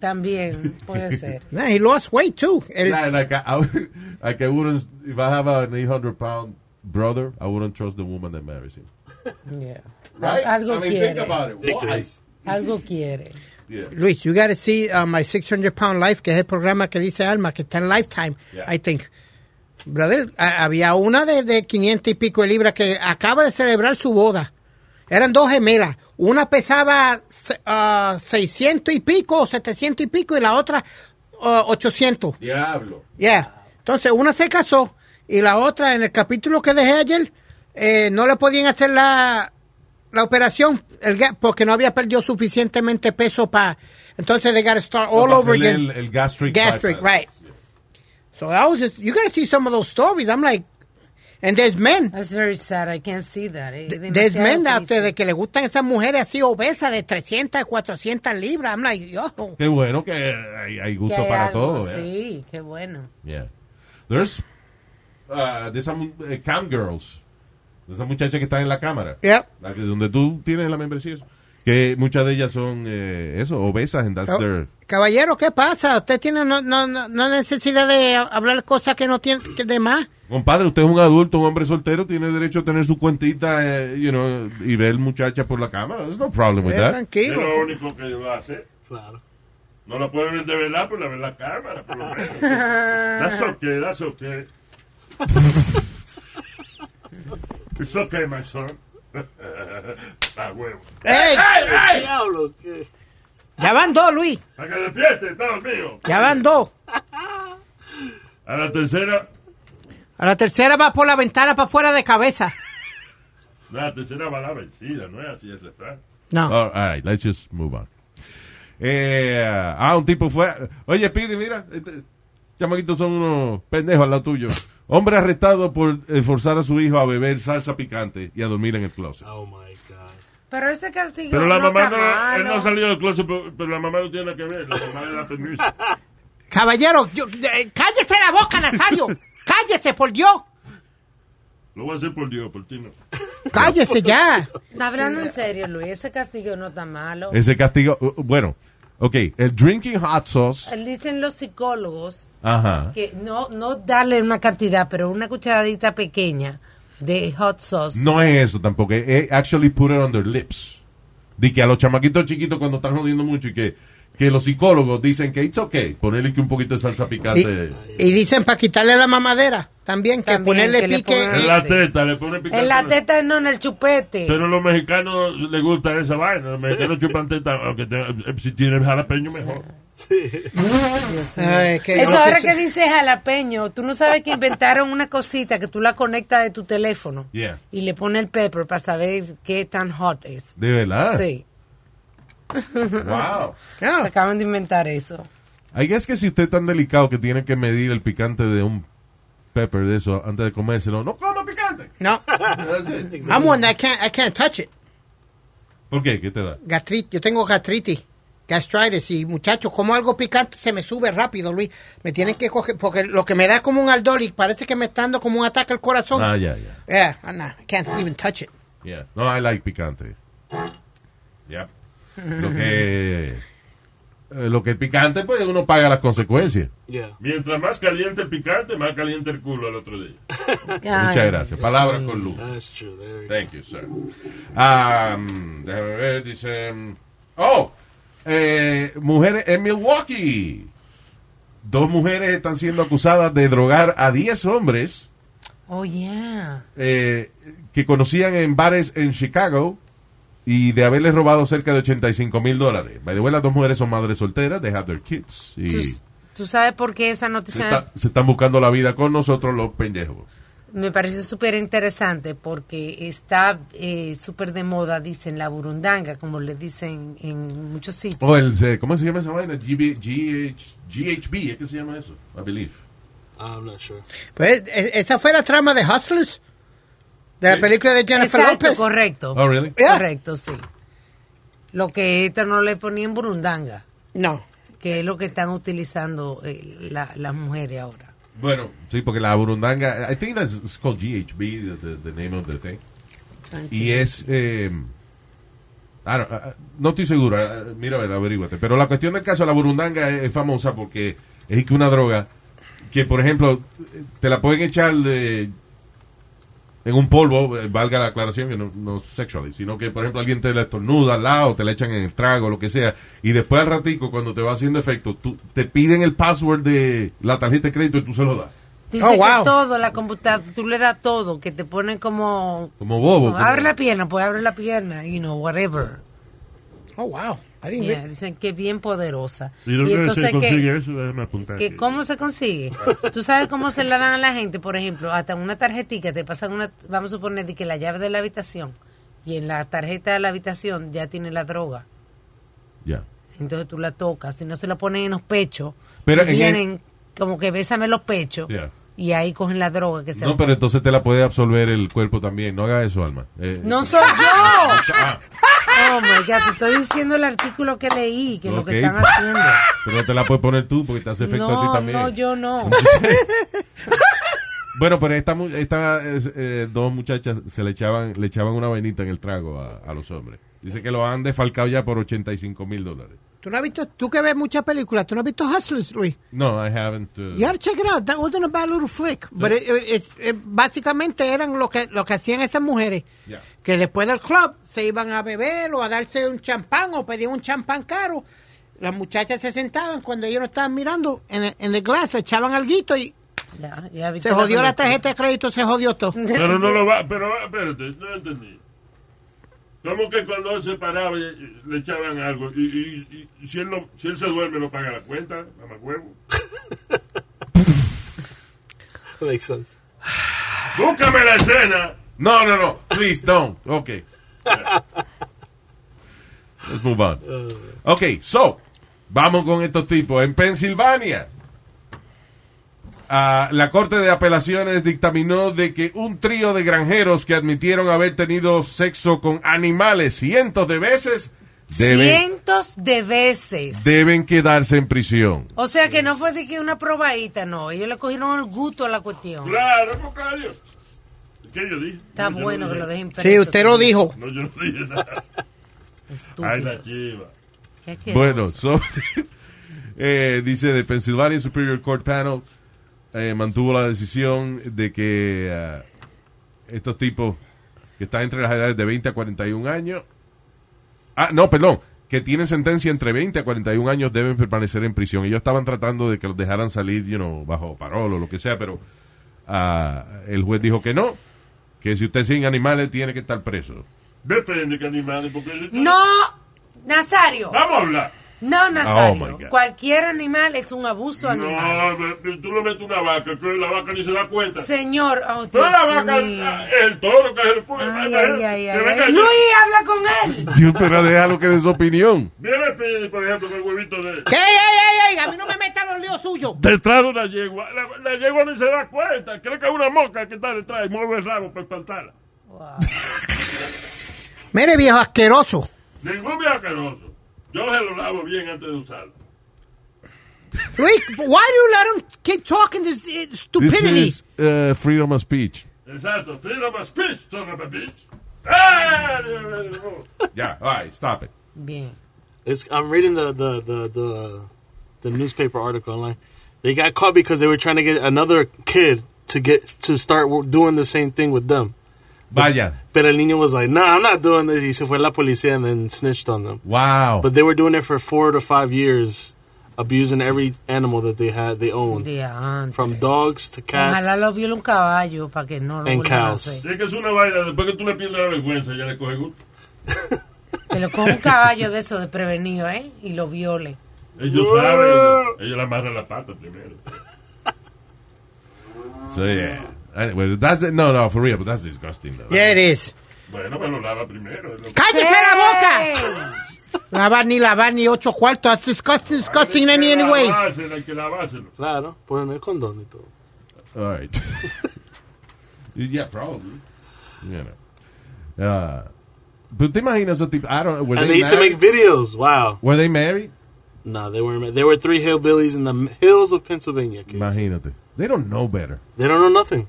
Speaker 5: También puede ser.
Speaker 4: Yeah, he lost weight too. El-
Speaker 3: Yeah, like, I, I, would- like I wouldn't, if I have an 800 pound brother, I wouldn't trust the woman that marries him.
Speaker 5: Yeah.
Speaker 3: Right?
Speaker 5: Algo
Speaker 3: I mean,
Speaker 5: quiere.
Speaker 3: think about it. Why?
Speaker 5: Algo quiere.
Speaker 3: Yeah.
Speaker 4: Luis, you gotta see uh, My 600 Pound Life, que es el programa que dice Alma, que está en Lifetime,
Speaker 3: Yeah.
Speaker 4: I think. Brother, a- había una de, de 500 y pico de libras que acaba de celebrar su boda. Eran dos gemelas. Una pesaba se- ah, 600 y pico, o 700 y pico, y la otra ah, 800.
Speaker 3: Diablo.
Speaker 4: Yeah. Entonces, una se casó y la otra, en el capítulo que dejé ayer, eh, no le podían hacer la, la operación el ga- porque no había perdido suficientemente peso para. Entonces, they got to start all
Speaker 3: Para
Speaker 4: over
Speaker 3: hacerle El,
Speaker 4: again.
Speaker 3: eh. el gastric.
Speaker 4: Gastric,
Speaker 3: bypass.
Speaker 4: right. So, I was just, you got to see some of those stories. I'm like, and there's men.
Speaker 5: That's very sad. I can't see that. Es
Speaker 4: There's
Speaker 5: demasiado
Speaker 4: men out
Speaker 5: triste.
Speaker 4: there de que le gustan esas mujeres así obesas de 300, 400 libras. I'm like, yo.
Speaker 3: Qué bueno que hay, hay
Speaker 5: Que
Speaker 3: gusto
Speaker 5: hay
Speaker 3: para
Speaker 5: algo,
Speaker 3: todo. eh. yeah.
Speaker 5: Sí, qué bueno.
Speaker 3: Yeah. There's uh, de esas mu- eh, cam girls, de esas muchachas que están en la cámara,
Speaker 4: Yep.
Speaker 3: la que- donde tú tienes la membresía, y eso, que muchas de ellas son eh, eso, obesas, and that's
Speaker 4: Ca-
Speaker 3: their-
Speaker 5: Oh.
Speaker 4: Caballero, ¿qué pasa? Usted tiene no, no, no- no necesidad de ha- hablar cosas que no tiene que de más.
Speaker 3: Compadre, usted es un adulto, un hombre soltero, tiene derecho a tener su cuentita, eh, you know, y ver muchachas por la cámara. There's no problem with
Speaker 4: Eh,
Speaker 3: that.
Speaker 2: Es lo
Speaker 4: tranquilo.
Speaker 2: único que va a hacer.
Speaker 6: Claro.
Speaker 2: No la puede ver de verdad, pero la ve en la cámara, por lo menos. That's okay, that's okay. It's okay, my son. La huevo.
Speaker 4: ¡Ey!
Speaker 2: ¡Ay, ay!
Speaker 6: Diablo, ¿qué?
Speaker 4: Ya van dos, Luis.
Speaker 2: ¡Para que despierte, Estados mío!
Speaker 4: Ya van dos.
Speaker 2: A la tercera,
Speaker 4: A la tercera va por la ventana para afuera de cabeza.
Speaker 2: la tercera va la vencida, ¿no es así el refrán?
Speaker 4: No.
Speaker 3: All all right, let's just move on. Eh, ah, un tipo fue. Oye, Pidi, mira, este, chamaquitos son unos pendejos al lado tuyo. Hombre arrestado por eh, forzar a su hijo a beber salsa picante y a dormir en el closet.
Speaker 6: Oh my God.
Speaker 5: Pero ese castigo
Speaker 2: Pero la
Speaker 5: no
Speaker 2: mamá
Speaker 5: está
Speaker 2: no,
Speaker 3: eh,
Speaker 2: él
Speaker 5: malo.
Speaker 2: no salió del closet, pero, pero la mamá no tiene nada que ver. La mamá le da permiso.
Speaker 4: Caballero, yo- eh, cállese la boca, Nazario. cállese, por Dios.
Speaker 2: Lo voy a hacer por Dios, por ti no.
Speaker 4: Cállese ya.
Speaker 5: Hablando en serio, Luis, ese castigo no está malo.
Speaker 3: Ese castigo. uh, uh, bueno, ok, el drinking hot sauce.
Speaker 5: Dicen los psicólogos
Speaker 3: Ajá.
Speaker 5: que no, no darle una cantidad, pero una cucharadita pequeña de hot sauce.
Speaker 3: No es eso tampoco. es- es actually put it on their lips. De que a los chamaquitos chiquitos cuando están jodiendo mucho y que, que los psicólogos dicen que it's okay ponerle que un poquito de salsa
Speaker 4: Y,
Speaker 3: picante.
Speaker 4: y dicen para quitarle la mamadera. También que
Speaker 5: También,
Speaker 4: ponerle
Speaker 5: que le
Speaker 4: pique. Eh,
Speaker 5: pongan-
Speaker 2: En la teta, le ponen picante.
Speaker 5: En la teta, no, en el chupete.
Speaker 2: Pero a los mexicanos les gusta esa vaina. Los mexicanos chupan teta, aunque te- eh, si tienen jalapeño mejor.
Speaker 4: Ay, que yo
Speaker 5: Eso
Speaker 4: lo
Speaker 5: ahora
Speaker 4: sé.
Speaker 5: que dices jalapeño, tú no sabes que inventaron una cosita que tú la conectas de tu teléfono
Speaker 3: Yeah.
Speaker 5: y le pones el pepper para saber qué tan hot es.
Speaker 3: De verdad.
Speaker 5: Sí,
Speaker 3: Wow.
Speaker 4: Ah,
Speaker 5: acaban de inventar eso.
Speaker 3: I guess que si usted es tan delicado que tiene que medir el picante de un pepper de eso antes de comérselo, no coma picante.
Speaker 4: No,
Speaker 3: That's it.
Speaker 4: I'm one that can't, I can't touch it.
Speaker 3: ¿Por qué? ¿Qué te da?
Speaker 4: Gastritis, yo tengo gastritis, gastritis y muchachos, como algo picante se me sube rápido, Luis. Me tienen que coger porque lo que me da es como un aldol y parece que me está dando como un ataque al corazón.
Speaker 3: Ah, ya, ya.
Speaker 4: Yeah, I- nah, I can't even touch it.
Speaker 3: Yeah. No, I like picante. Yeah. Lo que eh, lo que es picante, pues uno paga las consecuencias.
Speaker 6: Yeah.
Speaker 2: Mientras más caliente el picante, más caliente el culo al otro día.
Speaker 3: Muchas gracias. Palabras con luz.
Speaker 6: That's true. There we go.
Speaker 3: Thank you, sir. Um, déjame ver, dice. um, Oh, eh, mujeres en Milwaukee. Dos mujeres están siendo acusadas de drogar a 10 hombres
Speaker 5: Oh, yeah.
Speaker 3: eh, que conocían en bares en Chicago y de haberles robado cerca de 85 mil dólares. By the way, las dos mujeres son madres solteras, they have their kids. Y
Speaker 5: ¿Tú, tú sabes por qué esa
Speaker 3: se,
Speaker 5: noticia
Speaker 3: está- se están buscando la vida con nosotros los pendejos.
Speaker 5: me pareció súper interesante? Porque está eh, súper de moda, dicen, la burundanga, como le dicen en muchos sitios.
Speaker 3: O el, eh, ¿Cómo se llama esa vaina? GB, GH, GHB, ¿es que se llama eso? I believe.
Speaker 6: I'm not sure.
Speaker 4: Pues e- esa fue la trama de Hustlers, de la película de Jennifer
Speaker 5: Exacto,
Speaker 4: Lopez.
Speaker 5: correcto.
Speaker 3: Oh, really?
Speaker 4: Yeah.
Speaker 5: Correcto, sí. Lo que esto no le ponían burundanga.
Speaker 4: No,
Speaker 5: que es lo que están utilizando eh, la- las mujeres ahora.
Speaker 3: Bueno, sí, porque la burundanga, I think that's it's called GHB, the, the, the name of the thing. Y es, eh, I don't- uh, no estoy seguro, uh, mira, a ver, averíguate. Pero la cuestión del caso, la burundanga es, es famosa porque es que una droga que, por ejemplo, te la pueden echar de- en un polvo, eh, valga la aclaración, que no, no sexually, sino que, por ejemplo, alguien te la estornuda al lado, te la echan en el trago, lo que sea, y después al ratico, cuando te va haciendo efecto, tú- te piden el password de la tarjeta de crédito y tú se lo das.
Speaker 5: Dice
Speaker 4: Oh, wow.
Speaker 5: que todo, la computadora, tú le das todo, que te ponen como...
Speaker 3: Como bobo, como-
Speaker 5: abre la pierna, pues abre la pierna, you know, whatever.
Speaker 4: oh wow, I didn't
Speaker 5: Yeah,
Speaker 4: re-
Speaker 5: dicen que es bien poderosa.
Speaker 2: ¿Y dónde se consigue
Speaker 5: que,
Speaker 2: eso? Déjame apuntar.
Speaker 5: que
Speaker 2: aquí.
Speaker 5: ¿cómo se consigue? Tú sabes cómo se la dan a la gente, por ejemplo, hasta una tarjetita, te pasan una, vamos a suponer, de que la llave de la habitación, y en la tarjeta de la habitación ya tiene la droga.
Speaker 3: Ya.
Speaker 5: Entonces tú la tocas, si no se la ponen en los pechos,
Speaker 3: Pero
Speaker 5: y
Speaker 3: en el-
Speaker 5: vienen como que bésame los pechos
Speaker 3: Yeah.
Speaker 5: y ahí cogen la droga que se
Speaker 3: No, pero entonces te la puede absorber el cuerpo también. No haga eso, Alma. Eh,
Speaker 5: No soy yo.
Speaker 3: ah,
Speaker 5: Oh my God, te estoy diciendo el artículo que leí, que es lo que
Speaker 3: Ok.
Speaker 5: están haciendo.
Speaker 3: pero no te la puedes poner tú porque te hace efecto a ti
Speaker 5: No,
Speaker 3: también.
Speaker 5: no, yo no.
Speaker 3: Bueno, pero estas mu- estas, eh, eh, dos muchachas se le echaban, le echaban una vainita en el trago a, a los hombres. Dice que lo han defalcado ya por 85 mil dólares.
Speaker 4: ¿Tú no has visto? Tú que ves muchas películas, ¿tú no has visto Hustlers, Luis?
Speaker 3: No, I haven't. uh,
Speaker 4: You gotta check it out. That wasn't a bad little flick. But it- it- it- it- básicamente eran lo que, lo que hacían esas mujeres.
Speaker 3: Yeah.
Speaker 4: Que después del club se iban a beber o a darse un champán o pedían un champán caro. Las muchachas se sentaban cuando ellos no estaban mirando en el, en el glass, le echaban alguito y
Speaker 5: Ya, ya viste
Speaker 4: se jodió la
Speaker 5: película.
Speaker 4: tarjeta de crédito, se jodió todo.
Speaker 2: Pero no lo va, pero va- espérate, no entendí. ¿Cómo que cuando él se paraba eh, le echaban algo? Y, y- y si, él no- si él se duerme, no paga la cuenta, mamá huevo.
Speaker 6: That makes sense.
Speaker 2: Búscame la escena.
Speaker 3: No, no, no. Please don't. Okay. Let's move on. Okay, so, vamos con estos tipos. En Pensilvania, ah, la Corte de Apelaciones dictaminó de que un trío de granjeros que admitieron haber tenido sexo con animales cientos de veces deben,
Speaker 5: Cientos de veces.
Speaker 3: deben quedarse en prisión.
Speaker 5: O sea que no fue de que una probadita, no. Ellos le cogieron el gusto a la cuestión.
Speaker 2: Claro, Bocario. ¿Qué yo dije?
Speaker 5: Está
Speaker 2: No, yo
Speaker 5: bueno
Speaker 2: no
Speaker 5: que lo
Speaker 2: dije.
Speaker 5: dejen preso.
Speaker 4: Sí, usted lo dijo.
Speaker 2: No, yo no dije nada. Ay, la
Speaker 5: Estúpidos.
Speaker 2: chiva.
Speaker 5: Qué asqueroso.
Speaker 3: Bueno, so, eh, dice de Pennsylvania Superior Court Panel eh, mantuvo la decisión de que ah, estos tipos que están entre las edades de 20 a 41 años, ah, no, perdón, que tienen sentencia entre 20 a 41 años deben permanecer en prisión. Ellos estaban tratando de que los dejaran salir, you know, bajo parol o lo que sea, pero ah, el juez dijo que no, que si usted es sin animales tiene que estar preso.
Speaker 2: Depende que animales, porque eso está-
Speaker 5: No, Nazario.
Speaker 2: Vamos a hablar.
Speaker 5: No,
Speaker 3: my
Speaker 5: Nazario.
Speaker 3: God. Cualquier
Speaker 5: Cualquier animal es un abuso animal.
Speaker 2: No, pero- pero tú le metes una vaca, que la vaca ni se da cuenta.
Speaker 5: Señor, oh,
Speaker 2: Pero
Speaker 5: Dios
Speaker 2: la vaca,
Speaker 5: mío.
Speaker 2: ah, el toro que se le pone.
Speaker 5: Ay,
Speaker 2: imagínate,
Speaker 5: ay, ay,
Speaker 2: que
Speaker 5: ay,
Speaker 2: venga
Speaker 5: ay.
Speaker 2: el-
Speaker 5: Luis, habla con él.
Speaker 3: Dios, pero déjalo que dé su opinión.
Speaker 2: Viene el Pidi, por ejemplo, con el huevito de.
Speaker 4: ¿Qué? ¡Ey, ey, ey, ey! A mí no me metan los líos suyos.
Speaker 2: Detrás de una yegua. La, la yegua ni se da cuenta. Cree que es una mosca que está detrás y mueve el rabo para espantarla.
Speaker 4: Mire, viejo asqueroso.
Speaker 2: Ningún viajeroso. Yo se lo lavo bien antes de usarlo.
Speaker 4: Luis, why do you let him keep talking this uh,
Speaker 3: This
Speaker 4: stupidity?
Speaker 3: is uh, freedom of speech.
Speaker 2: Exacto. Freedom of speech, son of a bitch. ¡Ah!
Speaker 3: Ya, all right, stop it.
Speaker 5: Bien.
Speaker 6: It's, I'm reading the, the, the, the, the newspaper article online. They got caught because they were trying to get another kid to get to start w- doing the same thing with them.
Speaker 3: Vaya,
Speaker 6: But El Nino was like, nah, I'm not doing this. He se fue la policía and then snitched on them.
Speaker 3: wow.
Speaker 6: But they were doing it for four to five years, abusing every animal that they had, they owned.
Speaker 5: Diantre.
Speaker 6: From dogs to
Speaker 5: Ojalá
Speaker 6: cats.
Speaker 5: lo viole un caballo para que no lo
Speaker 6: And
Speaker 5: vuelvan a
Speaker 6: cows.
Speaker 5: hacer.
Speaker 2: Es que es una vaina. Después que tú le pierdes la vergüenza, ya le coge gusto.
Speaker 5: Pero con un caballo de eso desprevenido, ¿eh? Y lo viole.
Speaker 2: Ellos saben. Ellos le amarran la pata primero.
Speaker 3: So, yeah. Anyway, that's the- no, no, for real, but that's disgusting. Though.
Speaker 4: Yeah, it is.
Speaker 2: Bueno, pero lo lava primero. es lo-
Speaker 4: ¡Cállese la boca! Lavar ni lavar ni ocho cuartos. That's disgusting, disgusting in any, any way.
Speaker 2: Lavárselo, hay que lavárselo.
Speaker 6: Claro, ponerme condón y todo.
Speaker 3: All right. yeah, probably. You know. Uh, but they imaginas esos tipos? I don't know. Were
Speaker 6: And
Speaker 3: they,
Speaker 6: they used to
Speaker 3: married?
Speaker 6: make videos. Wow.
Speaker 3: Were they married?
Speaker 6: No, they weren't. ma- They were three hillbillies in the m- hills of Pennsylvania. kids.
Speaker 3: Imagínate. They don't know better.
Speaker 6: They don't know nothing.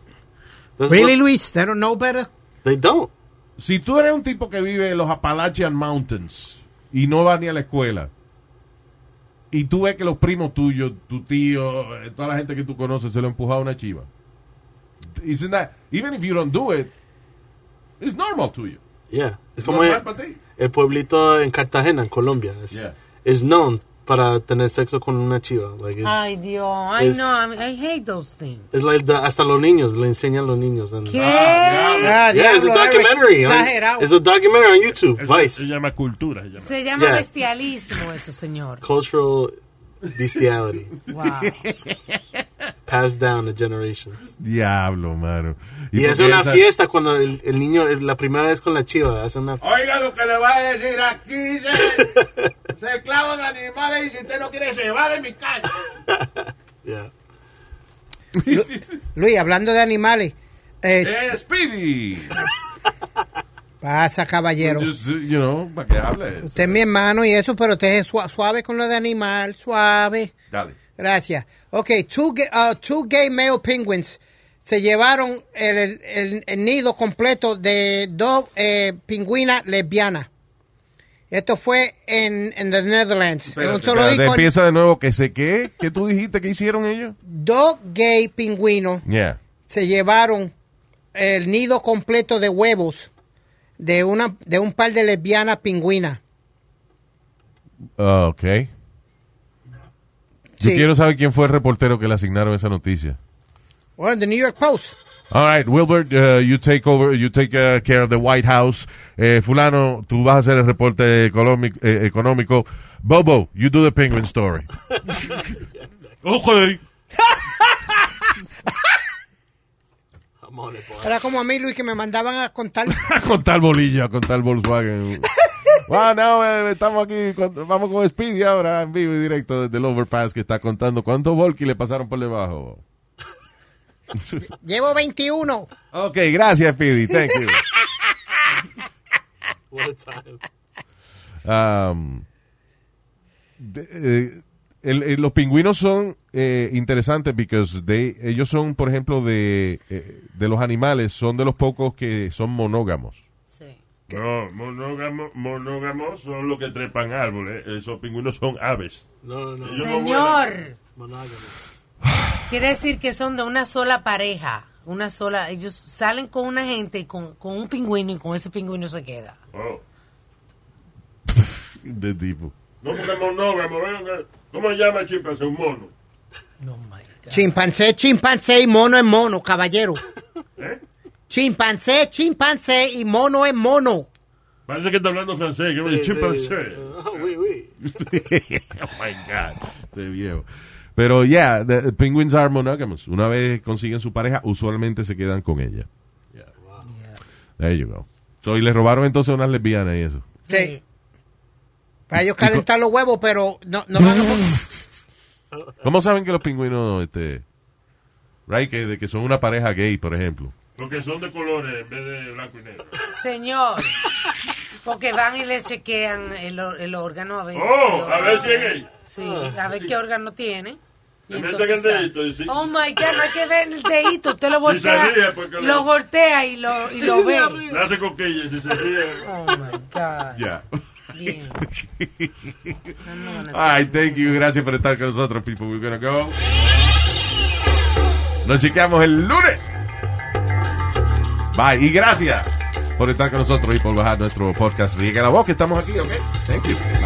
Speaker 6: That's
Speaker 4: Really,
Speaker 6: what-
Speaker 4: Luis? They don't know better?
Speaker 6: They don't.
Speaker 3: Si tú eres un tipo que vive en los Appalachian Mountains y no vas ni a la escuela, y tú ves que los primos tuyos, tu tío, eh, toda la gente que tú conoces se lo ha empujado a una chiva. Isn't that, even if you don't do it, it's normal to you.
Speaker 6: Yeah. Es
Speaker 3: It's
Speaker 6: como
Speaker 3: normal
Speaker 6: el,
Speaker 3: para ti.
Speaker 6: el pueblito en Cartagena, en Colombia. Es,
Speaker 3: Yeah.
Speaker 6: es known para tener sexo con una chiva. Like it's,
Speaker 5: Ay, Dios. Ay,
Speaker 6: Es-
Speaker 5: no. I, mean, I hate those things.
Speaker 6: it's like the- hasta los niños, le enseñan a los niños. And,
Speaker 5: ¿Qué?
Speaker 4: Yeah,
Speaker 6: Ah, Yeah, it's a documentary. on-
Speaker 4: Ah, Exagerado.
Speaker 6: it's a documentary on YouTube.
Speaker 2: Eso
Speaker 6: Vice.
Speaker 2: Se llama cultura. Se llama.
Speaker 5: Se llama
Speaker 6: Yeah.
Speaker 5: bestialismo eso, señor.
Speaker 6: Cultural bestiality
Speaker 5: Wow.
Speaker 6: passed down to generations.
Speaker 3: Diablo, mano.
Speaker 6: Y,
Speaker 3: porque
Speaker 6: hace una
Speaker 3: esa-
Speaker 6: fiesta cuando el, el niño, el- la primera vez con la chiva, hace una
Speaker 10: Oiga lo que le va a decir aquí, se, se clavan animales y si usted no quiere se va de mi casa.
Speaker 6: Yeah.
Speaker 4: Luis, hablando de animales. Eh,
Speaker 3: Eh, Speedy.
Speaker 4: pasa, caballero.
Speaker 3: Just, you know, para que hable.
Speaker 4: Usted es mi hermano y eso, pero usted es sua- suave con lo de animal, suave.
Speaker 3: Dale.
Speaker 4: Gracias. Ok, two, ga- uh, two gay male penguins se llevaron el, el- el- el nido completo de dos eh, pingüinas lesbianas. Esto fue en, en the Netherlands. en un
Speaker 3: Espérate,
Speaker 4: zoológico.
Speaker 3: empieza de nuevo. ¿Que se qué? ¿Qué tú dijiste que hicieron ellos?
Speaker 4: Dos gay pingüinos
Speaker 3: Yeah.
Speaker 4: se llevaron el nido completo de huevos de, una, de un par de lesbianas pingüinas.
Speaker 3: Ah, ok. Yo
Speaker 4: Sí.
Speaker 3: quiero saber quién fue el reportero que le asignaron esa noticia.
Speaker 4: Well, the New York Post.
Speaker 3: All right, Wilbert, uh, you take over, you take uh, care of the White House. Eh, fulano, tú vas a hacer el reporte economic- eh, económico. Bobo, you do the penguin story. okay.
Speaker 6: I'm on it, boy.
Speaker 4: Era como a mí, Luis, que me mandaban a contar.
Speaker 3: con tal bolilla, con tal Volkswagen. Bueno, no, eh, estamos aquí, con- vamos con Speedy ahora en vivo y directo desde el overpass que está contando cuántos volki le pasaron por debajo.
Speaker 4: Llevo 21.
Speaker 3: Ok, gracias Speedy, thank you.
Speaker 6: What a time.
Speaker 3: Um, de- eh, el- eh, los pingüinos son eh, interesantes because they- ellos son, por ejemplo, de, eh, de los animales, son de los pocos que son monógamos.
Speaker 5: Sí.
Speaker 2: No, monógamo- monógamos son los que trepan árboles. Esos pingüinos son aves.
Speaker 6: No, no, no.
Speaker 2: Ellos no vuelan.
Speaker 5: Señor.
Speaker 6: Monogamous.
Speaker 5: Quiere decir que son de una sola pareja. Una sola. Ellos salen con una gente y con, con un pingüino y con ese pingüino se queda.
Speaker 2: Oh.
Speaker 3: De tipo.
Speaker 2: No, porque monógamo. ¿eh? ¿Cómo se llama chipa? Es un mono.
Speaker 5: No, my God.
Speaker 4: Chimpancé, chimpancé y mono en mono, caballero.
Speaker 2: ¿Eh?
Speaker 4: Chimpancé, chimpancé y mono en mono.
Speaker 2: Parece que está hablando francés. Que
Speaker 6: Sí,
Speaker 2: me
Speaker 6: sí.
Speaker 2: chimpancé.
Speaker 6: Oh, wait, wait.
Speaker 3: oh my God. De viejo. Pero, yeah, the penguins are monogamous. Una vez consiguen su pareja, usualmente se quedan con ella. There you go. So, y le robaron entonces unas lesbianas y eso.
Speaker 4: Sí. Para ellos calentar los huevos, pero no, no van a-
Speaker 3: ¿Cómo saben que los pingüinos, este. Right, que, de que son una pareja gay, por ejemplo?
Speaker 2: Porque son de colores en vez de blanco y negro.
Speaker 5: Señor. Porque van y le chequean el, or- el órgano a ver.
Speaker 2: Oh, a ver si es gay.
Speaker 5: Sí, a ver qué órgano tiene. Y
Speaker 2: Le
Speaker 5: entonces
Speaker 2: meten el
Speaker 5: sale.
Speaker 2: dedito y sí.
Speaker 5: Oh my God, no hay que ver el dedito. Usted lo
Speaker 2: Sí se
Speaker 5: voltea.
Speaker 2: ríe porque
Speaker 5: lo
Speaker 2: lo-
Speaker 5: voltea y lo, y lo ve.
Speaker 2: Le hace coquillas y se ríe.
Speaker 5: Oh my God.
Speaker 3: Ya.
Speaker 5: Bien. I'm not gonna say
Speaker 3: Ay, thank you. Gracias por estar con nosotros, people. We're gonna go. Nos chequeamos el lunes. Bye. Y gracias por estar con nosotros y por bajar nuestro podcast. Riega la voz que estamos aquí, ¿ok? Thank you. Bye.